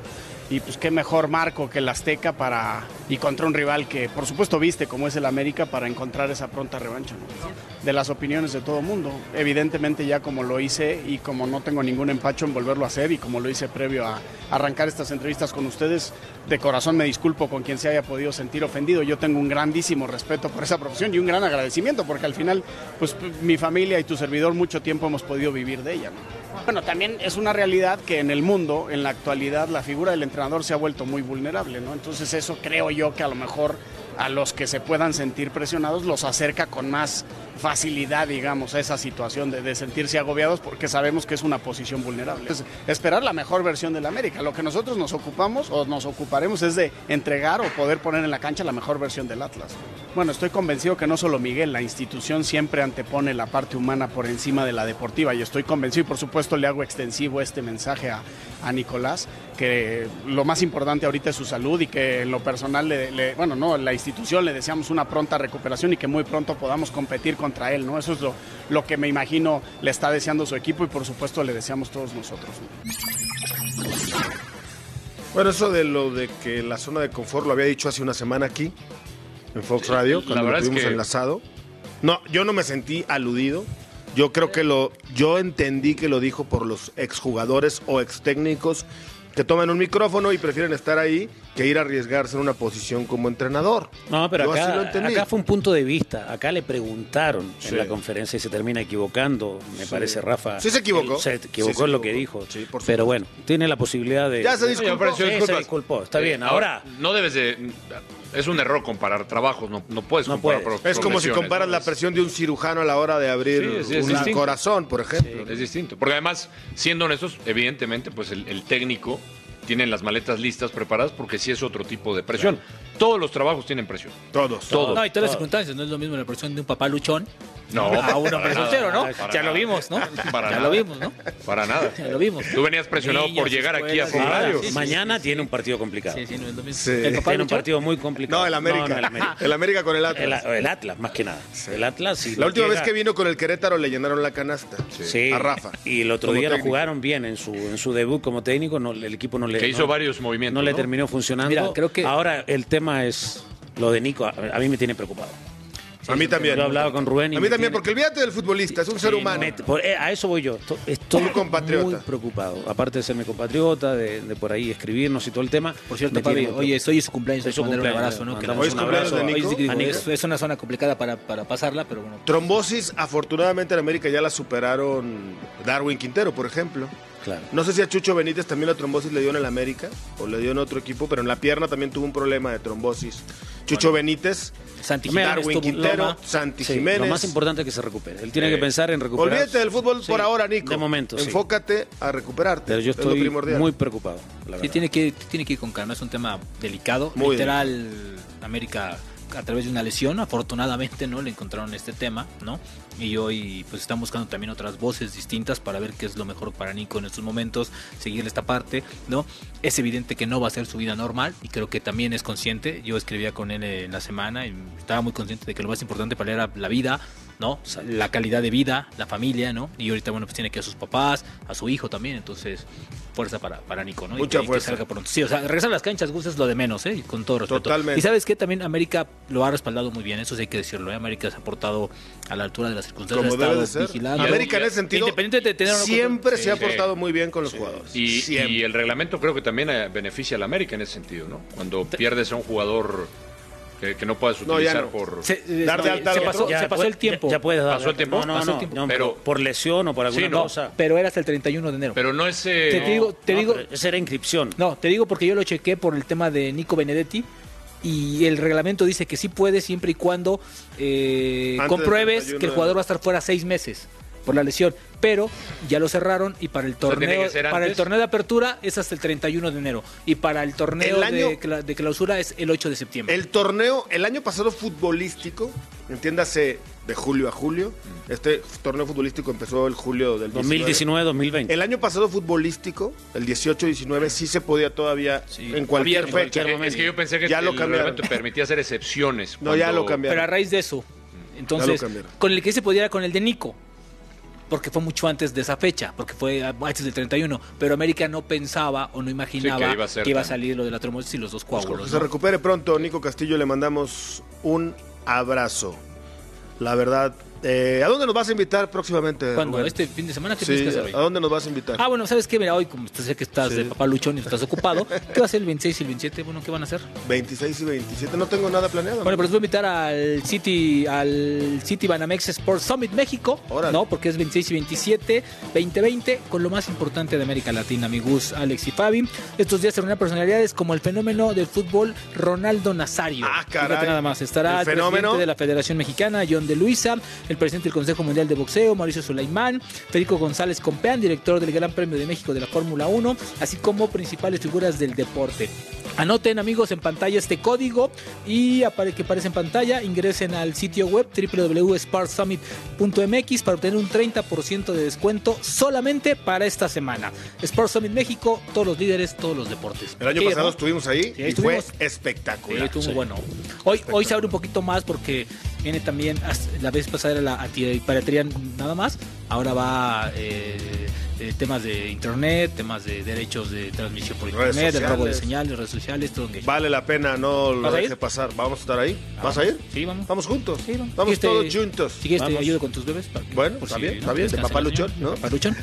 Speaker 13: Y pues qué mejor marco que el Azteca para y contra un rival que, por supuesto, viste como es el América para encontrar esa pronta revancha. ¿no? De las opiniones de todo mundo, evidentemente ya como lo hice y como no tengo ningún empacho en volverlo a hacer y como lo hice previo a arrancar estas entrevistas con ustedes, de corazón me disculpo con quien se haya podido sentir ofendido. Yo tengo un grandísimo respeto por esa profesión y un gran agradecimiento porque al final, pues p- mi familia y tu servidor mucho tiempo hemos podido vivir de ella. ¿no? Bueno, también es una realidad que en el mundo, en la actualidad, la figura del entrenador se ha vuelto muy vulnerable, ¿no? Entonces eso creo yo que a lo mejor a los que se puedan sentir presionados los acerca con más facilidad, digamos, a esa situación de, de sentirse agobiados porque sabemos que es una posición vulnerable. Entonces, esperar la mejor versión del América. Lo que nosotros nos ocupamos o nos ocuparemos es de entregar o poder poner en la cancha la mejor versión del Atlas. Bueno, estoy convencido que no solo Miguel, la institución siempre antepone la parte humana por encima de la deportiva y estoy convencido y por supuesto le hago extensivo este mensaje a, a Nicolás, que lo más importante ahorita es su salud y que en lo personal, le, le- bueno, no, la institución le deseamos una pronta recuperación y que muy pronto podamos competir contra él, ¿no? Eso es lo, lo que me imagino le está deseando su equipo y por supuesto le deseamos todos nosotros. ¿no?
Speaker 5: Bueno, eso de lo de que la zona de confort lo había dicho hace una semana aquí, en Fox Radio,
Speaker 7: La
Speaker 5: cuando lo
Speaker 7: verdad es
Speaker 5: tuvimos
Speaker 7: que-
Speaker 5: enlazado. No, yo no me sentí aludido. Yo creo que lo, yo entendí que lo dijo por los exjugadores o ex técnicos que toman un micrófono y prefieren estar ahí que ir a arriesgarse en una posición como entrenador.
Speaker 6: No, pero
Speaker 5: Yo así lo
Speaker 6: acá,
Speaker 5: entendí.
Speaker 6: acá fue un punto de vista. Acá le preguntaron
Speaker 5: Sí.
Speaker 6: en la conferencia y se termina equivocando, me
Speaker 5: Sí.
Speaker 6: parece, Rafa.
Speaker 5: Sí se equivocó.
Speaker 6: Él se
Speaker 5: Sí
Speaker 6: equivocó
Speaker 5: se
Speaker 6: en lo que dijo. pero bueno, tiene la posibilidad de...
Speaker 5: Ya se
Speaker 6: Sí,
Speaker 5: disculpó.
Speaker 6: apareció
Speaker 5: Sí, se
Speaker 6: disculpas.
Speaker 5: disculpó.
Speaker 6: Está
Speaker 7: Eh,
Speaker 6: bien, ahora...
Speaker 7: No debes de. Es un error comparar trabajos, no, no puedes comparar pro-
Speaker 5: es como si
Speaker 7: profesiones,
Speaker 5: comparas
Speaker 7: ¿no?
Speaker 5: la presión de un cirujano a la hora de abrir
Speaker 7: Sí, es- es
Speaker 5: un
Speaker 7: distinto.
Speaker 5: corazón, por ejemplo.
Speaker 7: Es distinto. Porque además, siendo honestos, evidentemente, pues el, el técnico tiene las maletas listas preparadas porque sí es otro tipo de presión. Todos los trabajos tienen presión.
Speaker 5: Todos.
Speaker 7: Todos.
Speaker 8: No, y todas las circunstancias. No es lo mismo la presión de un papá luchón
Speaker 7: No,
Speaker 8: a un
Speaker 7: para
Speaker 8: hombre
Speaker 7: nada,
Speaker 8: soltero, ¿no?
Speaker 7: para
Speaker 8: Ya lo
Speaker 7: nada.
Speaker 8: vimos, ¿no?
Speaker 7: Para
Speaker 8: ya
Speaker 7: nada.
Speaker 8: lo vimos, ¿no?
Speaker 7: Para nada.
Speaker 8: Ya lo vimos.
Speaker 7: Tú venías presionado por llegar aquí a
Speaker 6: Ahora,
Speaker 7: Fox Radio.
Speaker 6: mañana tiene un partido complicado.
Speaker 8: Sí, sí, no es lo mismo.
Speaker 5: Sí.
Speaker 8: El papá
Speaker 6: Tiene un
Speaker 8: luchón.
Speaker 6: partido muy complicado.
Speaker 5: No, el América.
Speaker 6: No, no, el América.
Speaker 5: El América con el Atlas.
Speaker 6: El, a- el Atlas, más que nada. El Atlas. si
Speaker 5: la última
Speaker 6: llega-
Speaker 5: vez que vino con el Querétaro le llenaron la canasta
Speaker 6: Sí.
Speaker 5: a Rafa.
Speaker 6: Y el otro
Speaker 5: como
Speaker 6: día lo
Speaker 5: técnico.
Speaker 6: jugaron bien en su, en su debut como técnico. No, el equipo no le.
Speaker 7: Que hizo
Speaker 6: no-
Speaker 7: varios movimientos.
Speaker 6: no le terminó funcionando.
Speaker 8: Mira, creo que-
Speaker 6: Ahora el tema es lo de Nico. A, a mí me tiene preocupado.
Speaker 5: a mí también.
Speaker 6: Yo he hablado con Rubén. y
Speaker 5: A mí
Speaker 6: me tiene-
Speaker 5: también, porque olvídate del futbolista, es un ser
Speaker 6: Sí,
Speaker 5: humano.
Speaker 6: me- por- eh, a eso voy yo. To- Estoy
Speaker 5: Un compatriota.
Speaker 6: muy preocupado. Aparte de ser mi compatriota, de, de por ahí escribirnos y todo el tema.
Speaker 8: Por cierto,
Speaker 6: me tiene
Speaker 8: Pabi,
Speaker 6: muy
Speaker 8: oye, hoy es su cumpleaños, hay
Speaker 6: Es
Speaker 8: que
Speaker 6: su
Speaker 8: mandarle un
Speaker 6: cumpleaños,
Speaker 8: abrazo, ¿no? Que
Speaker 6: mandamos
Speaker 8: le mandamos
Speaker 5: un abrazo
Speaker 8: Hoy sí que digo,
Speaker 6: a Nico.
Speaker 8: es, es una zona complicada para, para pasarla, pero bueno.
Speaker 5: Trombosis, afortunadamente en América ya la superaron Darwin Quintero, por ejemplo.
Speaker 6: preocupado. Claro.
Speaker 5: No sé si a Chucho Benítez también la trombosis le dio en el América o le dio en otro equipo, pero en la pierna también tuvo un problema de trombosis. Chucho Benítez,
Speaker 8: Santi Jiménez
Speaker 5: Darwin
Speaker 8: tuvo un
Speaker 5: Quintero,
Speaker 8: loma.
Speaker 5: Santi
Speaker 6: Sí,
Speaker 5: Jiménez.
Speaker 6: Lo más importante es que se recupere. Él tiene
Speaker 7: Sí.
Speaker 6: que pensar en recuperar.
Speaker 5: Olvídate del fútbol
Speaker 6: Sí,
Speaker 5: por ahora, Nico.
Speaker 6: De momento, sí.
Speaker 5: Enfócate a recuperarte.
Speaker 6: Pero yo
Speaker 5: es lo
Speaker 6: estoy
Speaker 5: primordial.
Speaker 6: muy preocupado. La
Speaker 8: Sí,
Speaker 6: verdad.
Speaker 8: tiene que, tiene que ir con calma, es un tema delicado.
Speaker 5: Muy
Speaker 8: Literal, América a través de una lesión, afortunadamente, ¿no? Le encontraron este tema, ¿no? Y hoy pues están buscando también otras voces distintas para ver qué es lo mejor para Nico en estos momentos, seguirle esta parte, ¿no? Es evidente que no va a ser su vida normal y creo que también es consciente. Yo escribía con él eh, en la semana y estaba muy consciente de que lo más importante para él era la vida, ¿no? O sea, la calidad de vida, la familia, ¿no? Y ahorita, bueno, pues tiene que ir a sus papás, a su hijo también, entonces fuerza para, para Nico, ¿no? ¿no? Y que-
Speaker 5: Mucha
Speaker 8: y que
Speaker 5: fuerza.
Speaker 8: salga pronto. Sí, o sea, regresar a las canchas, Gus, es lo de menos, ¿eh? Con todo respeto.
Speaker 5: Totalmente.
Speaker 8: Y sabes que también América lo ha respaldado muy bien, eso sí hay que decirlo, ¿eh? América se ha portado a la altura de las circunstancias,
Speaker 5: Como
Speaker 8: ha
Speaker 5: debe de
Speaker 8: estado
Speaker 5: ser.
Speaker 8: vigilando.
Speaker 5: América en ese sentido
Speaker 8: Independiente de tener o no
Speaker 5: siempre se ha
Speaker 7: Sí.
Speaker 5: portado muy bien con los jugadores.
Speaker 7: Y,
Speaker 5: Siempre.
Speaker 7: y el reglamento creo que también eh, beneficia al América en ese sentido, ¿no? Cuando pierdes a un jugador que, que no puedes
Speaker 5: No, ya
Speaker 7: utilizar
Speaker 5: no.
Speaker 7: por...
Speaker 8: Se, eh,
Speaker 5: Dar de
Speaker 8: no,
Speaker 5: alta
Speaker 8: se
Speaker 5: al otro.
Speaker 8: pasó,
Speaker 6: Ya
Speaker 8: se pasó
Speaker 6: puede-
Speaker 8: el tiempo.
Speaker 6: Ya, ya puedes dar.
Speaker 7: ¿Pasó el tiempo?
Speaker 6: No, no,
Speaker 8: Pasó el
Speaker 6: no,
Speaker 8: tiempo.
Speaker 6: no,
Speaker 7: Pero-
Speaker 6: por, por lesión o por alguna
Speaker 7: Sí, no.
Speaker 6: cosa.
Speaker 8: Pero era hasta el 31 de enero.
Speaker 7: Pero no es... eh,
Speaker 8: Te digo, te
Speaker 6: No,
Speaker 8: digo,
Speaker 6: pero Esa era inscripción.
Speaker 8: No, te digo porque yo lo chequé por el tema de Nico Benedetti y el reglamento dice que sí puede siempre y cuando eh,
Speaker 5: Antes del
Speaker 8: compruebes
Speaker 5: 31
Speaker 8: que el
Speaker 5: de
Speaker 8: jugador
Speaker 5: enero.
Speaker 8: va a estar fuera seis meses por la lesión, pero ya lo cerraron y para el
Speaker 7: sea, tiene
Speaker 8: torneo
Speaker 7: que ser
Speaker 8: para el
Speaker 7: antes.
Speaker 8: torneo de apertura es hasta el 31 de enero y para el torneo
Speaker 5: El año-
Speaker 8: de, cla- de clausura es el 8 de septiembre.
Speaker 5: El torneo, el año pasado futbolístico, entiéndase de julio a julio,
Speaker 8: Mm.
Speaker 5: este torneo futbolístico empezó el julio del 19.
Speaker 6: 2019, 2020.
Speaker 5: El año pasado futbolístico, el 18-19, sí se podía todavía en cualquier
Speaker 6: Había en
Speaker 5: fecha.
Speaker 6: cualquier
Speaker 7: Es que yo pensé que
Speaker 5: Ya lo
Speaker 7: el
Speaker 5: cambiaron.
Speaker 7: reglamento permitía hacer excepciones.
Speaker 5: No, ya
Speaker 7: cuando-
Speaker 5: lo cambiaron.
Speaker 8: pero a raíz de eso, entonces
Speaker 5: cambiaron.
Speaker 8: con el que se pudiera con el de Nico porque fue mucho antes de esa fecha, porque fue antes del 31, pero América no pensaba o no imaginaba
Speaker 7: que
Speaker 8: que
Speaker 7: iba
Speaker 8: iba
Speaker 7: a ser
Speaker 8: a
Speaker 7: tan-
Speaker 8: salir lo de la trombosis y los dos
Speaker 5: Que
Speaker 8: coágulos.
Speaker 5: Pues, se
Speaker 8: ¿no?
Speaker 5: recupere pronto, Nico Castillo, le mandamos un abrazo. La verdad, eh, ¿a dónde nos vas a invitar próximamente?
Speaker 8: Cuando
Speaker 5: Rubén?
Speaker 8: este fin de semana, ¿qué
Speaker 5: Sí,
Speaker 8: tienes que hacer
Speaker 5: ¿a
Speaker 8: hoy?
Speaker 5: dónde nos vas a invitar?
Speaker 8: Ah, bueno, ¿sabes qué? Mira, hoy como sé que estás de papá luchón y estás ocupado, ¿qué va a hacer el 26 y el 27? Bueno, ¿qué van a hacer?
Speaker 5: 26 y 27, no tengo nada planeado.
Speaker 8: Bueno, pero los voy a invitar al City, al City Banamex Sports Summit México,
Speaker 5: Órale.
Speaker 8: ¿no? Porque es 26 y 27, 2020, con lo más importante de América Latina, amigos Alex y Fabi. Estos días se reunirán personalidades como el fenómeno del fútbol Ronaldo Nazario.
Speaker 5: Ah, caray.
Speaker 8: Fíjate nada más, estará
Speaker 5: El
Speaker 8: el,
Speaker 5: fenómeno.
Speaker 8: presidente de la Federación Mexicana, John de Luisa, el presidente del Consejo Mundial de Boxeo, Mauricio Sulaimán, Federico González Compeán, director del Gran Premio de México de la Fórmula 1, así como principales figuras del deporte. Anoten amigos en pantalla este código y apare- que aparece en pantalla, ingresen al sitio web www.sparsummit.mx para obtener un 30% de descuento solamente para esta semana. Sports Summit México, todos los líderes, todos los deportes.
Speaker 5: el año
Speaker 8: Sí,
Speaker 5: pasado
Speaker 8: ¿no?
Speaker 5: estuvimos ahí
Speaker 8: Sí,
Speaker 5: y
Speaker 8: ahí estuvimos.
Speaker 5: fue espectacular.
Speaker 8: Sí, estuvo muy bueno. Hoy, hoy se abre un poquito más porque viene también, as- la vez pasada era la antipiratería nada más, ahora va eh, eh, temas de internet, temas de derechos de transmisión por
Speaker 5: Redes
Speaker 8: internet, el robo de
Speaker 5: sociales.
Speaker 8: señales, redes sociales, todo en
Speaker 5: Vale la pena, no lo
Speaker 8: ¿Vas a ir? Ah,
Speaker 5: deje pasar. Vamos a estar ahí. ¿Vas a ir?
Speaker 8: Sí, vamos.
Speaker 5: Vamos juntos.
Speaker 8: Sí,
Speaker 5: vamos
Speaker 8: Si quieres te-
Speaker 5: todos juntos.
Speaker 8: Si quieres te
Speaker 5: Vamos.
Speaker 8: ayudo con este tus bebés. para que-
Speaker 5: Bueno,
Speaker 8: por
Speaker 5: está
Speaker 8: si
Speaker 5: bien,
Speaker 8: no
Speaker 5: está bien, de
Speaker 8: descansa
Speaker 5: papá
Speaker 8: la señora,
Speaker 5: luchón, ¿no?
Speaker 8: de papá luchón.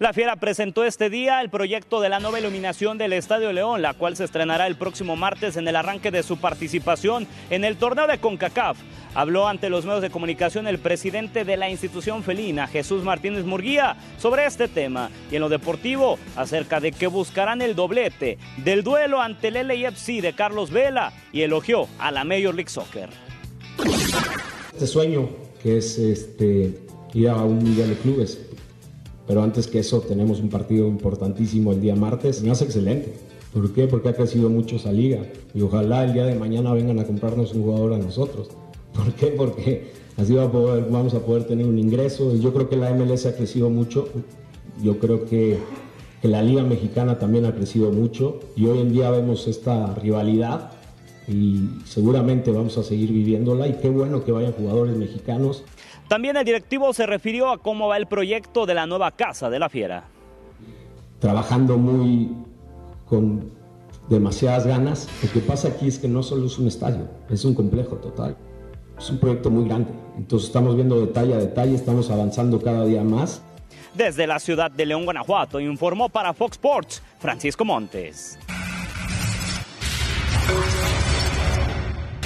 Speaker 14: La Fiera presentó este día el proyecto de la nueva iluminación del Estadio León, la cual se estrenará el próximo martes en el arranque de su participación en el torneo de CONCACAF. Habló ante los medios de comunicación el presidente de la institución felina, Jesús Martínez Murguía, sobre este tema y en lo deportivo acerca de que buscarán el doblete del duelo ante el LAFC de Carlos Vela y elogió a la Major League Soccer.
Speaker 15: Este sueño que es este, ir a un mundial de clubes, pero antes que eso tenemos un partido importantísimo el día martes, me hace excelente. ¿Por qué? Porque ha crecido mucho esa liga y ojalá el día de mañana vengan a comprarnos un jugador a nosotros. ¿Por qué? Porque así va a poder- vamos a poder tener un ingreso. Y Yo creo que la MLS ha crecido mucho. Yo creo que, que la Liga Mexicana también ha crecido mucho. Y hoy en día vemos esta rivalidad y seguramente vamos a seguir viviéndola. Y qué bueno que vayan jugadores mexicanos.
Speaker 14: También el directivo se refirió a cómo va el proyecto de la nueva casa de la Fiera.
Speaker 15: trabajando muy con demasiadas ganas. Lo que pasa aquí es que no solo es un estadio, es un complejo total. Es un proyecto muy grande. Entonces estamos viendo detalle a detalle, estamos avanzando cada día más.
Speaker 14: Desde la ciudad de León, Guanajuato, informó para Fox Sports Francisco Montes.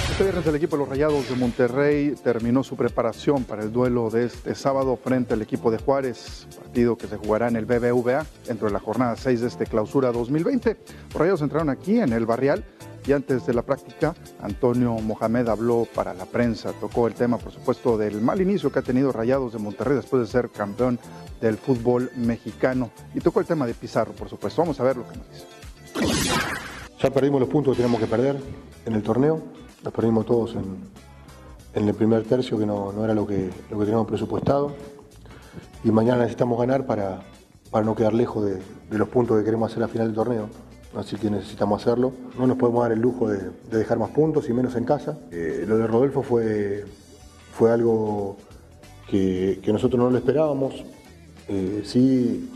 Speaker 16: Este viernes el equipo de los Rayados de Monterrey terminó su preparación para el duelo de este sábado frente al equipo de Juárez, partido que se jugará en el BBVA dentro de la jornada 6 de este clausura 2020. Los Rayados entraron aquí en el Barrial y antes de la práctica Antonio Mohamed habló para la prensa, tocó el tema por supuesto del mal inicio que ha tenido Rayados de Monterrey después de ser campeón del fútbol mexicano y tocó el tema de Pizarro por supuesto. Vamos a ver lo que nos dice.
Speaker 17: Ya perdimos los puntos que teníamos que perder en el torneo, los perdimos todos en, en el primer tercio, que no, no era lo que, lo que teníamos presupuestado. Y mañana necesitamos ganar para, para no quedar lejos de, de los puntos que queremos hacer al final del torneo. Así que necesitamos hacerlo. No nos podemos dar el lujo de, de dejar más puntos y menos en casa. Eh, lo de Rodolfo fue, fue algo que, que nosotros no lo esperábamos. Eh, sí,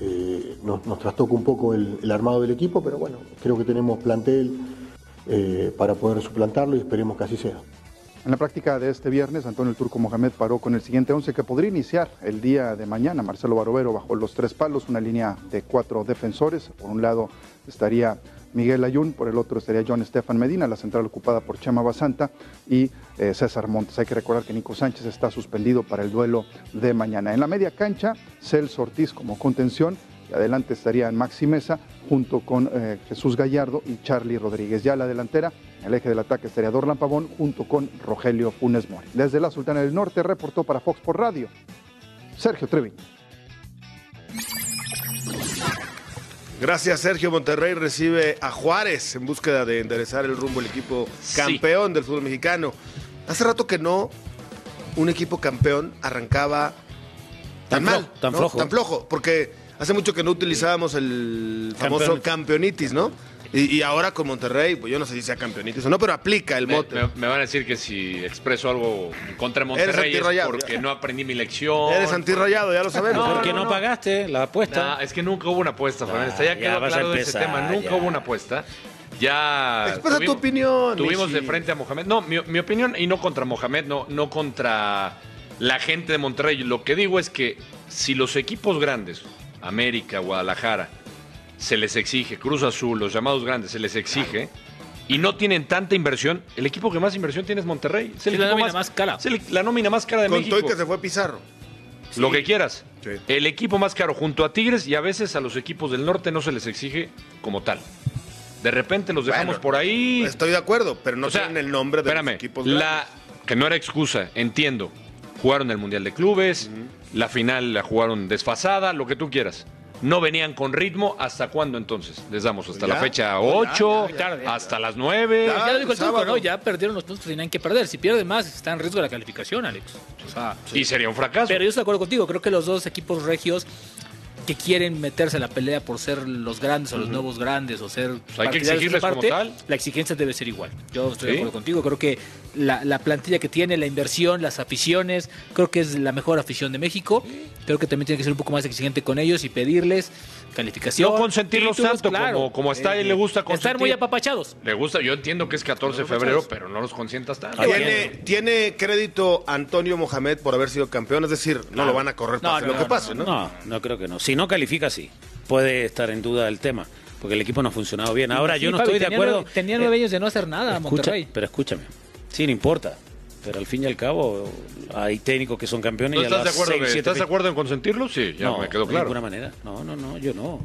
Speaker 17: eh, nos, nos trastoca un poco el, el armado del equipo, pero bueno, creo que tenemos plantel eh, para poder suplantarlo y esperemos que así sea.
Speaker 16: En la práctica de este viernes, Antonio el Turco Mohamed paró con el siguiente 11 que podría iniciar el día de mañana. Marcelo Barovero bajo los tres palos, una línea de cuatro defensores. Por un lado estaría Miguel Ayun, por el otro estaría John Estefan Medina, la central ocupada por Chama Basanta y eh, César Montes. Hay que recordar que Nico Sánchez está suspendido para el duelo de mañana. En la media cancha, Celso Ortiz como contención y adelante estarían Maxi Mesa junto con eh, Jesús Gallardo y Charlie Rodríguez. Ya la delantera, en el eje del ataque estaría Dorlan Pavón junto con Rogelio Funes Mori. Desde la Sultana del Norte reportó para Fox por Radio Sergio Treviño.
Speaker 5: Gracias, Sergio. Monterrey recibe a Juárez en búsqueda de enderezar el rumbo del equipo campeón del fútbol mexicano. Hace rato que no un equipo campeón arrancaba
Speaker 6: Tan
Speaker 5: tan, mal,
Speaker 6: flojo, tan
Speaker 5: ¿no?
Speaker 6: flojo.
Speaker 5: tan flojo, porque hace mucho que no utilizábamos el famoso
Speaker 7: Campeón.
Speaker 5: campeonitis, ¿no? Y, y ahora con Monterrey, pues yo no sé si sea campeonitis o no, pero aplica el
Speaker 7: Me,
Speaker 5: mote.
Speaker 7: me- me van a decir que si expreso algo en contra de Monterrey es
Speaker 5: antirrayado,
Speaker 7: porque no aprendí mi lección.
Speaker 5: Eres antirrayado, ya lo sabemos.
Speaker 7: No,
Speaker 6: Porque no, pagaste la apuesta.
Speaker 7: Nah, es que nunca hubo una apuesta, Fernández.
Speaker 6: Ah,
Speaker 7: ya
Speaker 6: ya
Speaker 7: quedó
Speaker 6: vas a
Speaker 7: claro de ese
Speaker 6: empezar,
Speaker 7: tema. Nunca
Speaker 6: ya.
Speaker 7: hubo una apuesta. Ya.
Speaker 5: Expresa Pues, tu
Speaker 7: tuvimos-
Speaker 5: opinión,
Speaker 7: Tuvimos
Speaker 5: Michi.
Speaker 7: de frente a Mohamed. No, mi, mi opinión, y no contra Mohamed, no, no contra la gente de Monterrey. Lo que digo es que si los equipos grandes, América, Guadalajara, se les exige, Cruz Azul, los llamados grandes, se les exige. Y no tienen tanta inversión. El equipo que más inversión tiene es Monterrey. Es el
Speaker 8: Es la
Speaker 7: equipo
Speaker 8: nómina más cara.
Speaker 7: es el- la nómina más cara de
Speaker 5: Con
Speaker 7: México.
Speaker 5: todo y que se fue Pizarro.
Speaker 7: Lo que quieras. El equipo más caro junto a Tigres y a veces a los equipos del norte no se les exige como tal. De repente los dejamos por ahí.
Speaker 5: Estoy de acuerdo, pero no tienen el nombre de los
Speaker 7: Espérame,
Speaker 5: equipos
Speaker 7: la, que no era excusa, entiendo. Jugaron el Mundial de Clubes, la final la jugaron desfasada, lo que tú quieras. No venían con ritmo, ¿hasta cuándo entonces? Les damos
Speaker 5: Pues
Speaker 7: hasta
Speaker 8: Ya.
Speaker 7: la fecha
Speaker 8: No, ya,
Speaker 7: 8,
Speaker 8: ya, tarde.
Speaker 7: hasta las 9.
Speaker 8: Ya, lo dijo el turco, ¿no? Ya perdieron los puntos que tenían que perder. Si pierden más, está en riesgo la calificación, Alex. O sea,
Speaker 7: Y sería un fracaso.
Speaker 8: Pero yo estoy de acuerdo contigo. Creo que los dos equipos regios que quieren meterse a la pelea por ser los grandes o los
Speaker 7: Ujú. Pues
Speaker 8: nuevos grandes o ser.
Speaker 7: hay que
Speaker 8: partidarios de
Speaker 7: exigirles
Speaker 8: otra
Speaker 7: como tal.
Speaker 8: La exigencia debe ser igual. Yo estoy de
Speaker 7: Sí.
Speaker 8: acuerdo contigo. Creo que la, la plantilla que tiene, la inversión, las aficiones, creo que es la mejor afición de México. Creo que también tiene que ser un poco más exigente con ellos y pedirles calificación.
Speaker 7: No consentirlos
Speaker 8: títulos, Eh,
Speaker 7: tanto como- como a Stay le gusta
Speaker 8: Estar
Speaker 7: consentir.
Speaker 8: muy apapachados.
Speaker 7: Le gusta, yo entiendo que es 14 de febrero, pero no los consientas tanto.
Speaker 5: ¿Tiene, tiene crédito Antonio Mohamed por haber sido campeón, es decir, no lo van a correr pase lo que pase, ¿no?
Speaker 6: No, no creo que no. Si no califica, sí. Puede estar en duda el tema, porque el equipo no ha funcionado bien. Ahora, yo no
Speaker 8: Fabi,
Speaker 6: estoy de
Speaker 8: tenía
Speaker 6: acuerdo.
Speaker 8: nueve- Tenía
Speaker 6: Eh,
Speaker 8: nueve años de no hacer nada,
Speaker 6: Escucha,
Speaker 8: Monterrey.
Speaker 6: pero escúchame, sí, no importa. Pero al fin y al cabo, hay técnicos que son campeones
Speaker 7: ¿No
Speaker 6: y a
Speaker 7: estás de
Speaker 6: las
Speaker 7: acuerdo,
Speaker 6: seis,
Speaker 7: que-
Speaker 6: siete
Speaker 7: estás de
Speaker 6: fechas-
Speaker 7: acuerdo en consentirlos? Sí, ya
Speaker 6: no,
Speaker 7: me quedó
Speaker 6: de
Speaker 7: claro.
Speaker 6: ninguna manera. No, no, no, yo no.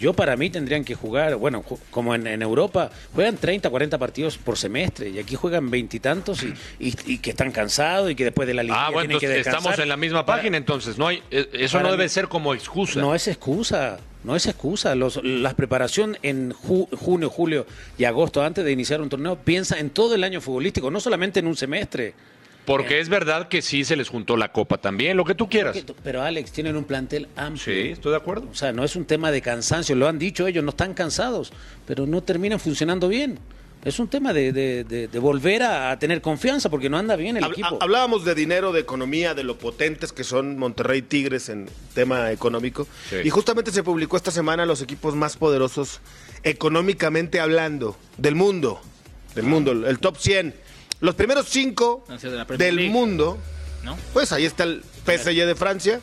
Speaker 6: Yo para mí tendrían que jugar, bueno, ju- como en, en Europa, juegan 30, 40 partidos por semestre y aquí juegan veintitantos y, y, y que están cansados y que después de la liga
Speaker 7: Ah, bueno,
Speaker 6: tienen que
Speaker 7: entonces
Speaker 6: descansar.
Speaker 7: estamos en la misma página, entonces no hay, eh, eso
Speaker 6: Para
Speaker 7: no
Speaker 6: mí-
Speaker 7: debe ser como excusa.
Speaker 6: No es excusa, no es excusa. Los, la preparación en ju- junio, julio y agosto antes de iniciar un torneo piensa en todo el año futbolístico, no solamente en un semestre.
Speaker 7: Porque es verdad que sí se les juntó la copa también, lo que tú quieras.
Speaker 6: Porque- Pero Alex, tienen un plantel amplio.
Speaker 7: Sí, estoy de acuerdo.
Speaker 6: O sea, no es un tema de cansancio, lo han dicho ellos, no están cansados, pero no terminan funcionando bien. Es un tema de, de- de- de volver a, a tener confianza porque no anda bien el
Speaker 5: Habl-
Speaker 6: equipo.
Speaker 5: ha- Hablábamos de dinero, de economía, de lo potentes que son Monterrey Tigres en tema económico.
Speaker 7: Sí.
Speaker 5: Y justamente se publicó esta semana los equipos más poderosos económicamente hablando del mundo. Del mundo, el top 100. Los primeros cinco
Speaker 8: Han sido de la Premier
Speaker 5: del
Speaker 8: League.
Speaker 5: mundo,
Speaker 8: ¿No?
Speaker 5: pues ahí está el PSG de Francia.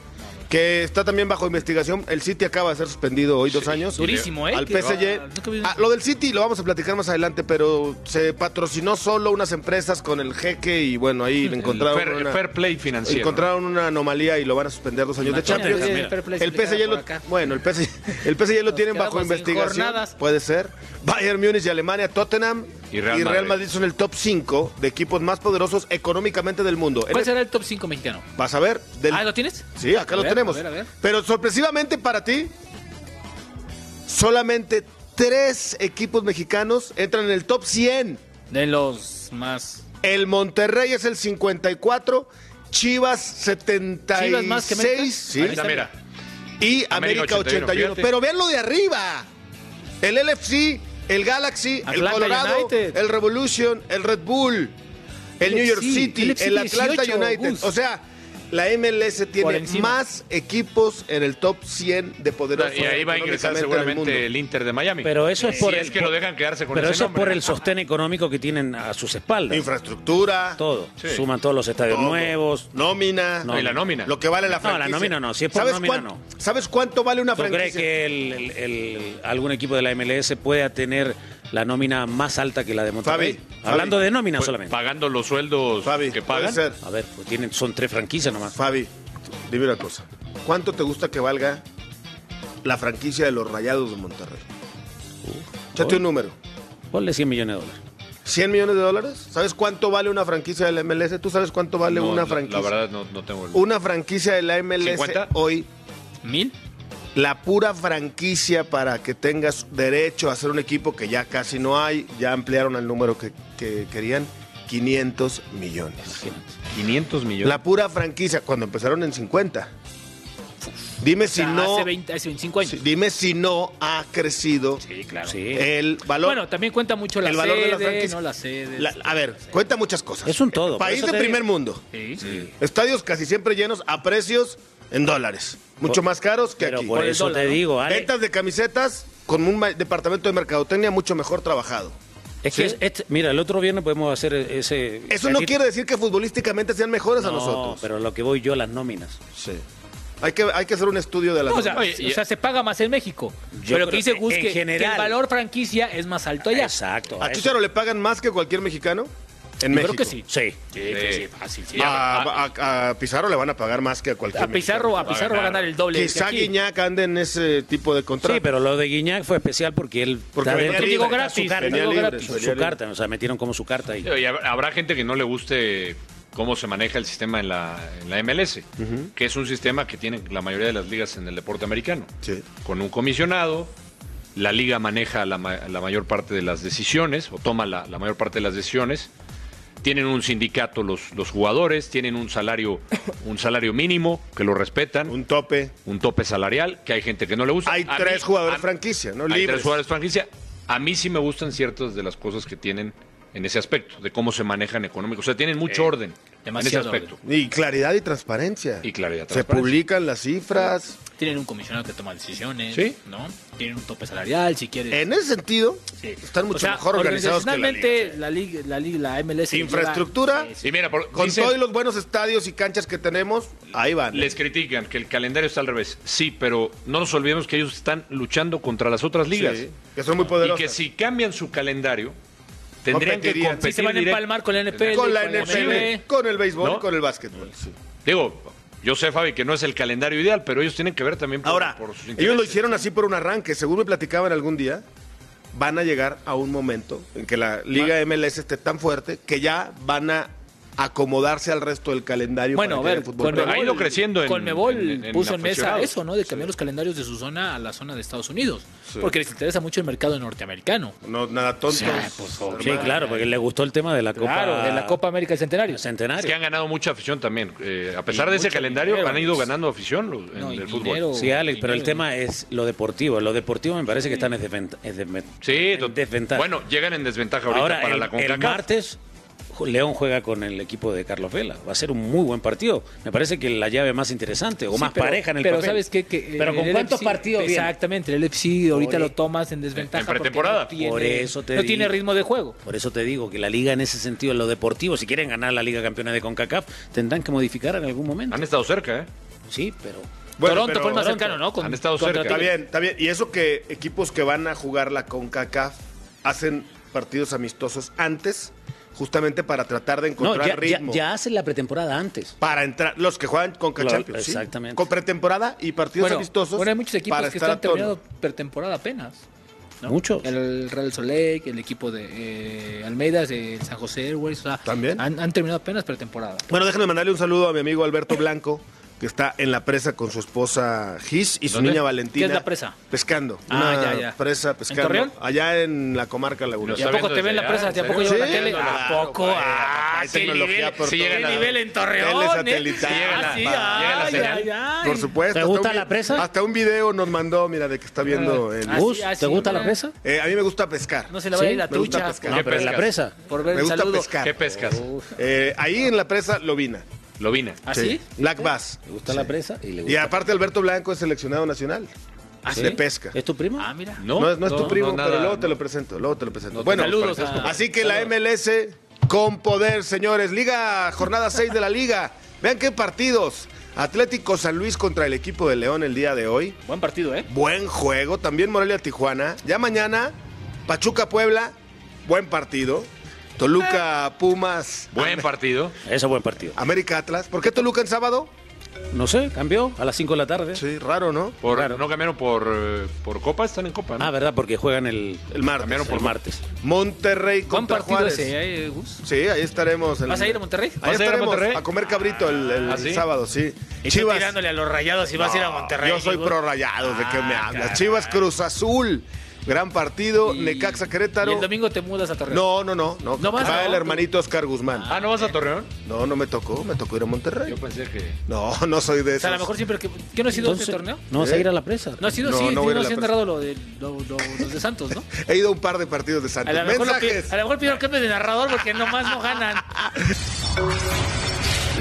Speaker 5: Que está también bajo investigación. El City acaba de ser suspendido hoy dos años.
Speaker 8: Durísimo, ¿eh?
Speaker 5: Al
Speaker 8: Que-
Speaker 5: PSG. Ah, lo del City lo vamos a platicar más adelante, pero se patrocinó solo unas empresas con el jeque y bueno, ahí le encontraron.
Speaker 7: fair-
Speaker 5: una-
Speaker 7: el fair play financiero,
Speaker 5: Encontraron una anomalía y lo van a suspender dos años de
Speaker 7: Imagínate,
Speaker 5: Champions.
Speaker 7: el fair play
Speaker 5: El PSG
Speaker 7: explicado
Speaker 5: lo,
Speaker 7: por acá.
Speaker 5: bueno, el PSG, el PSG lo tienen bajo
Speaker 7: quedamos sin
Speaker 5: investigación.
Speaker 7: jornadas.
Speaker 5: Puede ser. Bayern Múnich y Alemania, Tottenham
Speaker 7: Y Real Madrid.
Speaker 5: son el top 5 de equipos más poderosos económicamente del mundo. En
Speaker 8: ¿Cuál
Speaker 7: Pues
Speaker 8: será el top 5 mexicano?
Speaker 5: Vas a ver. del-
Speaker 8: Ah, ¿Lo tienes?
Speaker 5: Sí, acá
Speaker 8: A
Speaker 5: lo
Speaker 8: ver,
Speaker 5: tenemos.
Speaker 8: a ver, a ver.
Speaker 5: Pero sorpresivamente para ti, solamente tres equipos mexicanos entran en el top 100.
Speaker 8: De los más.
Speaker 5: El Monterrey es el 54, Chivas 76.
Speaker 8: Chivas más que América.
Speaker 5: sí.
Speaker 7: Ahí está, mira.
Speaker 5: Y
Speaker 7: América
Speaker 5: América 81.
Speaker 7: 81, fíjate.
Speaker 5: Pero vean lo de arriba. El LFC, el Galaxy, el
Speaker 8: Atlanta
Speaker 5: Colorado,
Speaker 8: United.
Speaker 5: el Revolution, el Red Bull, el New York
Speaker 8: LFC,
Speaker 5: City,
Speaker 8: LFC
Speaker 5: el Atlanta
Speaker 8: 18,
Speaker 5: United.
Speaker 8: Gus.
Speaker 5: O sea, la MLS
Speaker 8: Por
Speaker 5: tiene
Speaker 8: encima.
Speaker 5: más equipos en el top 100 de poderosos.
Speaker 7: Y ahí va a ingresar
Speaker 5: económicamente del mundo.
Speaker 7: seguramente el Inter de Miami.
Speaker 6: Pero eso es
Speaker 7: Si
Speaker 6: por el-
Speaker 7: es que lo dejan quedarse con
Speaker 6: Pero
Speaker 7: ese
Speaker 6: eso es por
Speaker 7: nombre.
Speaker 6: el sostén económico que tienen a sus espaldas.
Speaker 5: Infraestructura.
Speaker 6: Todo.
Speaker 5: Sí.
Speaker 6: Suman todos los estadios
Speaker 5: Todo.
Speaker 6: nuevos.
Speaker 5: Nómina.
Speaker 6: No, y la nómina.
Speaker 5: Lo que vale la
Speaker 6: No, la
Speaker 5: franquicia.
Speaker 6: nómina no, si es por
Speaker 5: ¿Sabes
Speaker 6: nómina,
Speaker 5: cuán-
Speaker 6: no.
Speaker 5: ¿Sabes cuánto vale una
Speaker 6: ¿Tú
Speaker 5: franquicia?
Speaker 6: crees que el- el- el- algún equipo de la MLS pueda tener la nómina más alta que la de Monterrey?
Speaker 7: Fabi,
Speaker 6: Hablando
Speaker 7: Fabi,
Speaker 6: de nómina
Speaker 7: pues,
Speaker 6: solamente.
Speaker 7: Pagando los sueldos que
Speaker 5: puede
Speaker 7: pagan.
Speaker 5: ser.
Speaker 6: A ver, pues tienen, son tres franquicias nomás.
Speaker 5: Fabi, dime una cosa. ¿Cuánto te gusta que valga la franquicia de los Rayados de Monterrey? Échate un número.
Speaker 6: Ponle 100 millones de dólares.
Speaker 5: ¿100 millones de dólares? ¿Sabes cuánto vale una franquicia de la MLS? ¿Tú sabes cuánto vale
Speaker 7: No,
Speaker 5: una
Speaker 7: la-
Speaker 5: franquicia?
Speaker 7: La verdad, no, no tengo el...
Speaker 5: Una franquicia de la MLS
Speaker 7: ¿cincuenta?
Speaker 5: hoy,
Speaker 8: ¿Mil?
Speaker 5: la pura franquicia para que tengas derecho a hacer un equipo que ya casi no hay, ya ampliaron el número que, que querían, 500 millones.
Speaker 7: 500 millones.
Speaker 5: La pura franquicia, cuando empezaron en 50. Dime si
Speaker 8: O sea,
Speaker 5: no...
Speaker 8: Ah, Hace, 20, hace 25 años.
Speaker 5: Sí, Dime si no ha crecido el valor.
Speaker 8: Bueno, también cuenta mucho la
Speaker 5: el valor de la
Speaker 8: sede,
Speaker 5: franquicia.
Speaker 8: ¿no? Las sedes.
Speaker 5: La- a ver, cuenta muchas cosas.
Speaker 6: Es un todo, por
Speaker 5: País
Speaker 6: eso
Speaker 5: de
Speaker 6: te
Speaker 5: primer
Speaker 6: digo.
Speaker 5: mundo.
Speaker 8: Sí.
Speaker 5: Estadios casi siempre llenos a precios en dólares. Mucho
Speaker 6: Por-
Speaker 5: más caros que
Speaker 6: pero
Speaker 5: aquí.
Speaker 6: por Por el eso dólar, te ¿no? digo, Ale.
Speaker 5: Ventas de camisetas con un ma- departamento de mercadotecnia mucho mejor trabajado.
Speaker 6: Es que, es- es- mira, el otro viernes podemos hacer ese...
Speaker 5: Eso no
Speaker 6: aquí-
Speaker 5: quiere decir que futbolísticamente sean mejores a
Speaker 6: No,
Speaker 5: nosotros.
Speaker 6: pero lo que voy yo, las nóminas.
Speaker 5: Sí. Hay que, hay que hacer un estudio de la
Speaker 8: No, o, sea, o sea, se paga más en México.
Speaker 6: Yo
Speaker 8: Pero lo que
Speaker 6: creo
Speaker 8: dice
Speaker 6: que
Speaker 8: Gus
Speaker 6: en
Speaker 8: que, que el
Speaker 6: general-
Speaker 8: valor franquicia es más alto allá.
Speaker 6: Exacto.
Speaker 5: ¿A Chicharo le pagan más que cualquier mexicano? En
Speaker 8: Yo
Speaker 5: México.
Speaker 8: creo que sí.
Speaker 6: Sí.
Speaker 7: Sí.
Speaker 6: Ah,
Speaker 5: A, a- a Pizarro le van a pagar más que a cualquier
Speaker 8: A Pizarro, a
Speaker 5: mexicano.
Speaker 8: Pizarro va a ganar el doble.
Speaker 5: Quizá
Speaker 8: que aquí.
Speaker 5: Guiñac ande en ese tipo de contrato.
Speaker 6: Sí, pero lo de Guiñac fue especial porque él...
Speaker 5: Porque
Speaker 6: está
Speaker 5: venía
Speaker 6: dentro-
Speaker 5: libre,
Speaker 6: su
Speaker 5: gratis,
Speaker 6: carta,
Speaker 5: venía
Speaker 6: su
Speaker 5: libre,
Speaker 6: carta,
Speaker 5: venía
Speaker 6: su
Speaker 5: libre.
Speaker 6: carta, o sea, metieron como su carta ahí.
Speaker 7: Y hab- habrá gente que no le guste cómo se maneja el sistema en la, en la MLS, que es un sistema que tienen la mayoría de las ligas en el deporte americano.
Speaker 5: Sí.
Speaker 7: Con un comisionado, la liga maneja la, ma- la mayor parte de las decisiones, o toma la, la mayor parte de las decisiones. Tienen un sindicato los, los jugadores, tienen un salario, un salario mínimo que lo respetan,
Speaker 5: Un tope.
Speaker 7: un tope salarial, que hay gente que no le gusta.
Speaker 5: Hay
Speaker 7: A
Speaker 5: tres
Speaker 7: mí-
Speaker 5: jugadores
Speaker 7: a-
Speaker 5: franquicia, ¿no?
Speaker 7: hay
Speaker 5: Libres.
Speaker 7: tres jugadores franquicia. A mí sí me gustan ciertas de las cosas que tienen en ese aspecto, de cómo se manejan económicos. O sea, tienen mucho orden.
Speaker 8: Demasiado
Speaker 5: En ese aspecto. Y claridad y transparencia.
Speaker 7: Y claridad
Speaker 5: Se publican las cifras.
Speaker 8: Tienen un comisionado que toma decisiones,
Speaker 5: Sí.
Speaker 8: ¿no? Tienen un tope salarial, si quieres.
Speaker 5: En ese sentido, están mucho mejor organizados que la liga.
Speaker 8: Finalmente, la liga, la liga, la MLS. lleva-
Speaker 5: Infraestructura,
Speaker 7: Y mira, por-
Speaker 5: con
Speaker 7: dicen-
Speaker 5: todos los buenos estadios y canchas que tenemos, ahí van. eh.
Speaker 7: Les critican que el calendario está al revés. Sí, pero no nos olvidemos que ellos están luchando contra las otras ligas.
Speaker 5: Sí, que son muy poderosas.
Speaker 7: Y que si cambian su calendario, tendrían que
Speaker 5: Competirían.
Speaker 7: competir.
Speaker 5: Sí, se van a
Speaker 7: directo.
Speaker 5: empalmar con la NPL, Con la con la NPL, MLB. con el béisbol, con el básquetbol.
Speaker 7: Digo, yo sé, Fabi, que no es el calendario ideal, pero ellos tienen que ver también por,
Speaker 5: Ahora,
Speaker 7: por sus
Speaker 5: ellos lo
Speaker 7: intereses.
Speaker 5: hicieron así por un arranque. Según me platicaban algún día, van a llegar a un momento en que la Liga MLS esté tan fuerte que ya van a acomodarse al resto del calendario.
Speaker 8: Bueno, a
Speaker 5: para que
Speaker 8: ver,
Speaker 5: haya fútbol.
Speaker 8: Conmebol- Conmebol puso en mesa eso, ¿no? De cambiar los calendarios de su zona a la zona de Estados Unidos.
Speaker 5: Sí.
Speaker 8: Porque les interesa mucho el mercado norteamericano.
Speaker 5: No, nada tonto.
Speaker 6: Sí, claro, porque le gustó el tema de la Copa.
Speaker 8: Claro, de la Copa América del Centenario.
Speaker 6: Centenario.
Speaker 7: Es que han ganado mucha afición también. Eh, a pesar
Speaker 6: Y
Speaker 7: de ese
Speaker 6: mucho
Speaker 7: calendario,
Speaker 6: dinero,
Speaker 7: han ido
Speaker 6: pues.
Speaker 7: ganando afición los- en el fútbol.
Speaker 6: Sí, Alex, pero el
Speaker 7: Dinero.
Speaker 6: tema es lo deportivo. Lo deportivo me parece que están en desventa- en desven-
Speaker 7: Sí, to- Bueno, llegan en desventaja ahorita
Speaker 6: Ahora,
Speaker 7: para
Speaker 6: el,
Speaker 7: la
Speaker 6: el
Speaker 7: CONCACAF.
Speaker 6: martes, ju- León juega con el equipo de Carlos Vela. Va a ser un muy buen partido. Me parece que la llave más interesante o
Speaker 8: Sí,
Speaker 6: más
Speaker 8: pero-
Speaker 6: pareja en el
Speaker 8: Pero
Speaker 6: papel.
Speaker 8: ¿sabes qué? Que, eh,
Speaker 6: pero ¿con
Speaker 8: el
Speaker 6: cuántos
Speaker 8: LFC
Speaker 6: partidos viene?
Speaker 8: Exactamente, el LFC ahorita
Speaker 6: Por-
Speaker 8: lo tomas en desventaja.
Speaker 6: En
Speaker 8: porque
Speaker 6: pretemporada.
Speaker 8: No tiene,
Speaker 6: Por eso te
Speaker 8: no
Speaker 6: digo.
Speaker 8: tiene ritmo de juego.
Speaker 6: Por eso te digo que la liga en ese sentido, en lo deportivo, si quieren ganar la liga campeona de CONCACAF, tendrán que modificar en algún momento. Han
Speaker 7: estado cerca, ¿eh?
Speaker 6: Sí, pero...
Speaker 5: Bueno, pero- Toronto.
Speaker 7: Han estado cerca.
Speaker 5: Está bien, está bien. Y eso que equipos que van a jugar la CONCACAF hacen partidos amistosos antes, justamente para tratar de
Speaker 6: No,
Speaker 5: encontrar
Speaker 6: ya, ya-
Speaker 5: ritmo.
Speaker 6: ya hacen la pretemporada antes.
Speaker 5: Para entrar, los que juegan con
Speaker 6: Lo-
Speaker 5: Champions, ¿sí?
Speaker 6: exactamente.
Speaker 5: Con pretemporada y partidos
Speaker 8: bueno,
Speaker 5: amistosos.
Speaker 8: bueno, hay muchos equipos
Speaker 5: para
Speaker 8: que
Speaker 5: estar
Speaker 8: están
Speaker 5: a tono.
Speaker 8: terminando pretemporada apenas.
Speaker 6: Muchos.
Speaker 8: El Real Soleil, el equipo de eh, Almeida, el San José Airways. También. Han, han terminado apenas pretemporada.
Speaker 5: Bueno, déjenme mandarle un saludo a mi amigo Alberto Blanco, que está en la presa con su esposa Gis y su
Speaker 8: ¿Dónde?
Speaker 5: niña Valentina.
Speaker 8: ¿Qué es la presa?
Speaker 5: Pescando.
Speaker 8: Ah,
Speaker 5: Una
Speaker 8: ya, ya.
Speaker 5: Presa pescando.
Speaker 8: Torreón?
Speaker 5: Allá en la comarca Laguna.
Speaker 8: ¿Y a poco te ven la presa? ¿Y a poco llevan la tele? ¿A poco? Ah,
Speaker 5: Hay
Speaker 8: qué nivel,
Speaker 5: por
Speaker 8: sí
Speaker 5: todo
Speaker 8: llegan a-
Speaker 5: lado.
Speaker 8: nivel en Torreón,
Speaker 5: Tele
Speaker 8: ¿eh?
Speaker 5: satelital.
Speaker 8: Sí llegan a-
Speaker 5: Ah, sí,
Speaker 8: va, llegan a la ay, señal. ay, ay.
Speaker 5: Por supuesto.
Speaker 8: ¿Te
Speaker 5: hasta
Speaker 8: gusta
Speaker 5: un
Speaker 8: la
Speaker 5: vi-
Speaker 8: presa?
Speaker 5: Hasta un video nos mandó, mira, de que está viendo.
Speaker 8: Ah,
Speaker 5: en-
Speaker 8: así, Gus, ¿te así, gusta la mira. presa?
Speaker 5: Eh, a mí me gusta pescar.
Speaker 8: No se le vaya la
Speaker 5: Me gusta
Speaker 8: trucha.
Speaker 5: pescar.
Speaker 8: No, pero en la
Speaker 5: pescas?
Speaker 8: presa. Por ver
Speaker 5: me
Speaker 8: el
Speaker 5: gusta
Speaker 8: saludo.
Speaker 5: pescar.
Speaker 8: ¿Qué
Speaker 7: pescas?
Speaker 5: Eh, ahí en la presa, Lobina.
Speaker 7: Lobina.
Speaker 5: ¿Ah, sí? Black Bass.
Speaker 6: Le gusta la presa y le gusta.
Speaker 5: Y aparte Alberto Blanco es seleccionado nacional.
Speaker 6: ¿Ah,
Speaker 5: De
Speaker 6: sí?
Speaker 5: pesca.
Speaker 6: ¿Es tu primo? Ah,
Speaker 8: mira.
Speaker 5: No, no es, no es tu primo, pero luego te
Speaker 7: no.
Speaker 5: lo presento, luego te lo presento.
Speaker 7: No,
Speaker 5: bueno,
Speaker 7: saludos
Speaker 5: pues,
Speaker 7: a-
Speaker 5: así que la MLS con poder, señores. Liga, jornada 6 de la liga. Vean qué partidos. Atlético San Luis contra el equipo de León el día de hoy.
Speaker 8: Buen partido, ¿eh?
Speaker 5: Buen juego. También Morelia Tijuana. Ya mañana, Pachuca Puebla. Buen partido. Toluca
Speaker 8: Ah.
Speaker 5: Pumas.
Speaker 7: Buen partido.
Speaker 6: Eso buen partido.
Speaker 5: América Atlas. ¿Por qué Toluca en sábado?
Speaker 6: No sé, cambió a las 5 de la tarde.
Speaker 5: Sí, raro, ¿no?
Speaker 7: Por- No cambiaron por, eh, por Copa, están en Copa. ¿no?
Speaker 6: Ah, ¿verdad? Porque juegan el,
Speaker 5: el martes.
Speaker 6: Cambiaron por martes.
Speaker 5: Monterrey
Speaker 8: Buen
Speaker 5: contra
Speaker 8: partido
Speaker 5: Juárez.
Speaker 8: ese, ¿eh, Gus?
Speaker 5: Sí, ahí estaremos.
Speaker 8: ¿Vas a ir a Monterrey?
Speaker 5: Ahí
Speaker 8: ¿Vas a ir a
Speaker 5: estaremos
Speaker 8: Monterrey?
Speaker 5: a comer cabrito el, el
Speaker 8: ¿Ah, sí?
Speaker 5: sábado, sí.
Speaker 8: Y tú tirándole a los rayados y vas a ir a Monterrey,
Speaker 5: Yo soy
Speaker 8: Gus.
Speaker 5: pro rayados, ¿de qué me hablas?
Speaker 8: caray.
Speaker 5: Chivas Cruz Azul. Gran partido, Necaxa Querétaro.
Speaker 8: Y el domingo te mudas a Torreón.
Speaker 5: No, no, no, no.
Speaker 8: ¿No vas,
Speaker 5: Va
Speaker 8: no?
Speaker 5: el hermanito Oscar Guzmán.
Speaker 7: Ah, ¿no vas a Torreón?
Speaker 5: No, no me tocó, me tocó ir a Monterrey.
Speaker 7: Yo pensé que.
Speaker 5: No, no soy de
Speaker 8: O
Speaker 5: esos.
Speaker 8: sea, a lo mejor siempre que. ¿Qué no ha sido este
Speaker 5: Entonces,
Speaker 8: torneo?
Speaker 5: ¿no vas a ir a
Speaker 6: la presa?
Speaker 8: No ha sido,
Speaker 5: No,
Speaker 8: sí,
Speaker 5: no
Speaker 8: no,
Speaker 5: voy a ir a
Speaker 8: se
Speaker 5: la
Speaker 8: han
Speaker 5: presa.
Speaker 8: narrado lo de, lo- lo- los de Santos, ¿no?
Speaker 5: He ido a un par de partidos de
Speaker 8: A
Speaker 5: Santos.
Speaker 8: lo mejor, lo pi-
Speaker 5: Mensajes.
Speaker 8: a lo mejor pidieron cambio de narrador porque nomás no ganan.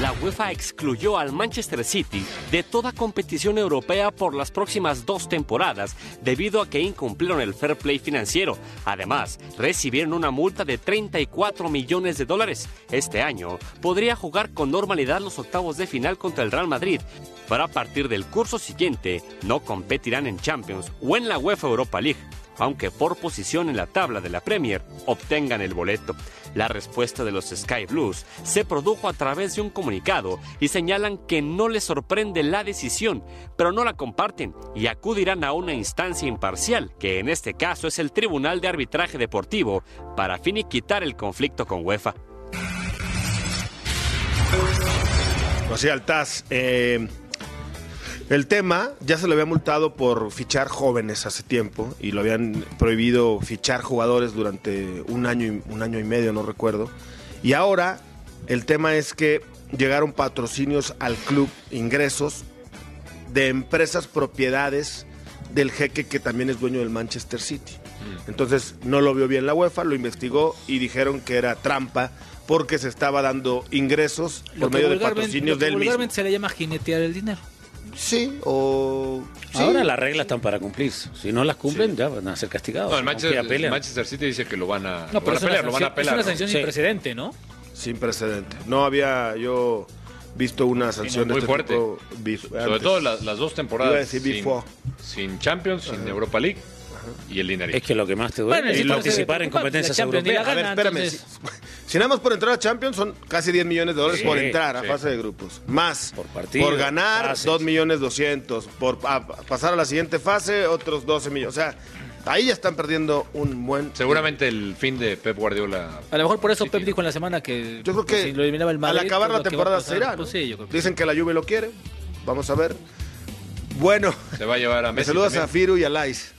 Speaker 1: La UEFA excluyó al Manchester City de toda competición europea por las próximas dos temporadas debido a que incumplieron el fair play financiero. Además, recibieron una multa de 34 millones de dólares. Este año podría jugar con normalidad los octavos de final contra el Real Madrid, pero a partir del curso siguiente no competirán en Champions o en la UEFA Europa League aunque por posición en la tabla de la Premier obtengan el boleto. La respuesta de los Sky Blues se produjo a través de un comunicado y señalan que no les sorprende la decisión, pero no la comparten y acudirán a una instancia imparcial, que en este caso es el Tribunal de Arbitraje Deportivo, para finiquitar el conflicto con UEFA.
Speaker 5: O sea, Altaz, eh, el tema ya se lo había multado por fichar jóvenes hace tiempo y lo habían prohibido fichar jugadores durante un año, y- un año y medio, no recuerdo. Y ahora el tema es que llegaron patrocinios al club, ingresos de empresas propiedades del jeque que también es dueño del Manchester City. Entonces no lo vio bien la UEFA, lo investigó y dijeron que era trampa porque se estaba dando ingresos
Speaker 8: Lo
Speaker 5: por
Speaker 8: que
Speaker 5: medio de
Speaker 8: vulgarmente-
Speaker 5: patrocinios
Speaker 8: lo que
Speaker 5: del mismo.
Speaker 8: vulgarmente se le llama jinetear el dinero.
Speaker 5: Sí, o...
Speaker 6: Ahora las reglas están para cumplirse. Si no las cumplen, ya van a ser castigados.
Speaker 7: No, el
Speaker 6: Aunque
Speaker 7: Manchester,
Speaker 6: apelen.
Speaker 7: el Manchester City dice que lo van a,
Speaker 6: No,
Speaker 7: lo
Speaker 6: pero
Speaker 7: van a
Speaker 6: es una
Speaker 7: pelear, lo van a
Speaker 6: sanción- es
Speaker 7: apelar.
Speaker 6: una sanción sin Sí.
Speaker 8: precedente, ¿no?
Speaker 5: Sin precedente. No había yo visto una sanción
Speaker 7: muy
Speaker 5: de este
Speaker 7: fuerte.
Speaker 5: tipo bif-
Speaker 7: Sobre
Speaker 5: antes.
Speaker 7: todo las, las dos temporadas
Speaker 5: Iba a decir
Speaker 7: sin,
Speaker 5: before.
Speaker 7: sin Champions, sin Europa League y el dinerito.
Speaker 6: Es que lo que más te duele
Speaker 7: Bueno,
Speaker 6: es
Speaker 7: sí, parece
Speaker 6: participar en
Speaker 7: preocupante,
Speaker 6: competencias
Speaker 7: la Champions ni la
Speaker 6: europeas.
Speaker 7: gana,
Speaker 5: A ver, espérame. Si, si nada más por entrar a Champions son casi 10 millones de dólares
Speaker 6: Sí,
Speaker 5: por entrar
Speaker 6: sí.
Speaker 5: a fase de grupos. Más por,
Speaker 6: partido,
Speaker 5: ganar
Speaker 6: fases.
Speaker 5: 2 millones 200. Por pa- pasar a la siguiente fase otros 12 millones. O sea, ahí ya están perdiendo un buen...
Speaker 7: Seguramente el fin de Pep Guardiola.
Speaker 8: A lo mejor por eso Pep dijo en la semana que,
Speaker 5: Yo
Speaker 8: pues,
Speaker 5: creo que
Speaker 8: si lo eliminaba el Madrid,
Speaker 5: al acabar
Speaker 8: pues,
Speaker 5: la
Speaker 8: lo que
Speaker 5: temporada
Speaker 8: va a pasar,
Speaker 5: será. ¿no?
Speaker 8: pues, sí, yo creo que
Speaker 5: Dicen que la Juve lo quiere. Vamos a ver. Bueno.
Speaker 7: Se va a llevar a
Speaker 5: Me
Speaker 7: Messi
Speaker 5: saludas
Speaker 7: también.
Speaker 5: a Firu y a Lais.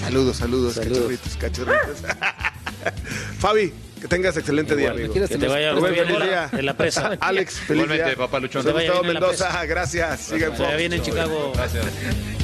Speaker 5: Saludos, saludos, cachorritos, cachorritos. Fabi, que tengas excelente día, amigo.
Speaker 7: Que te vaya
Speaker 5: Rubén,
Speaker 7: bien
Speaker 5: feliz
Speaker 7: en la-
Speaker 5: día.
Speaker 7: en la presa.
Speaker 5: Alex, feliz
Speaker 7: Igualmente,
Speaker 5: día.
Speaker 7: papá Luchón.
Speaker 5: Soy
Speaker 7: Que te vaya
Speaker 5: Gustavo
Speaker 7: bien en la
Speaker 5: Mendoza, gracias. Sigan
Speaker 7: Gracias.
Speaker 5: Fox.
Speaker 7: Gracias.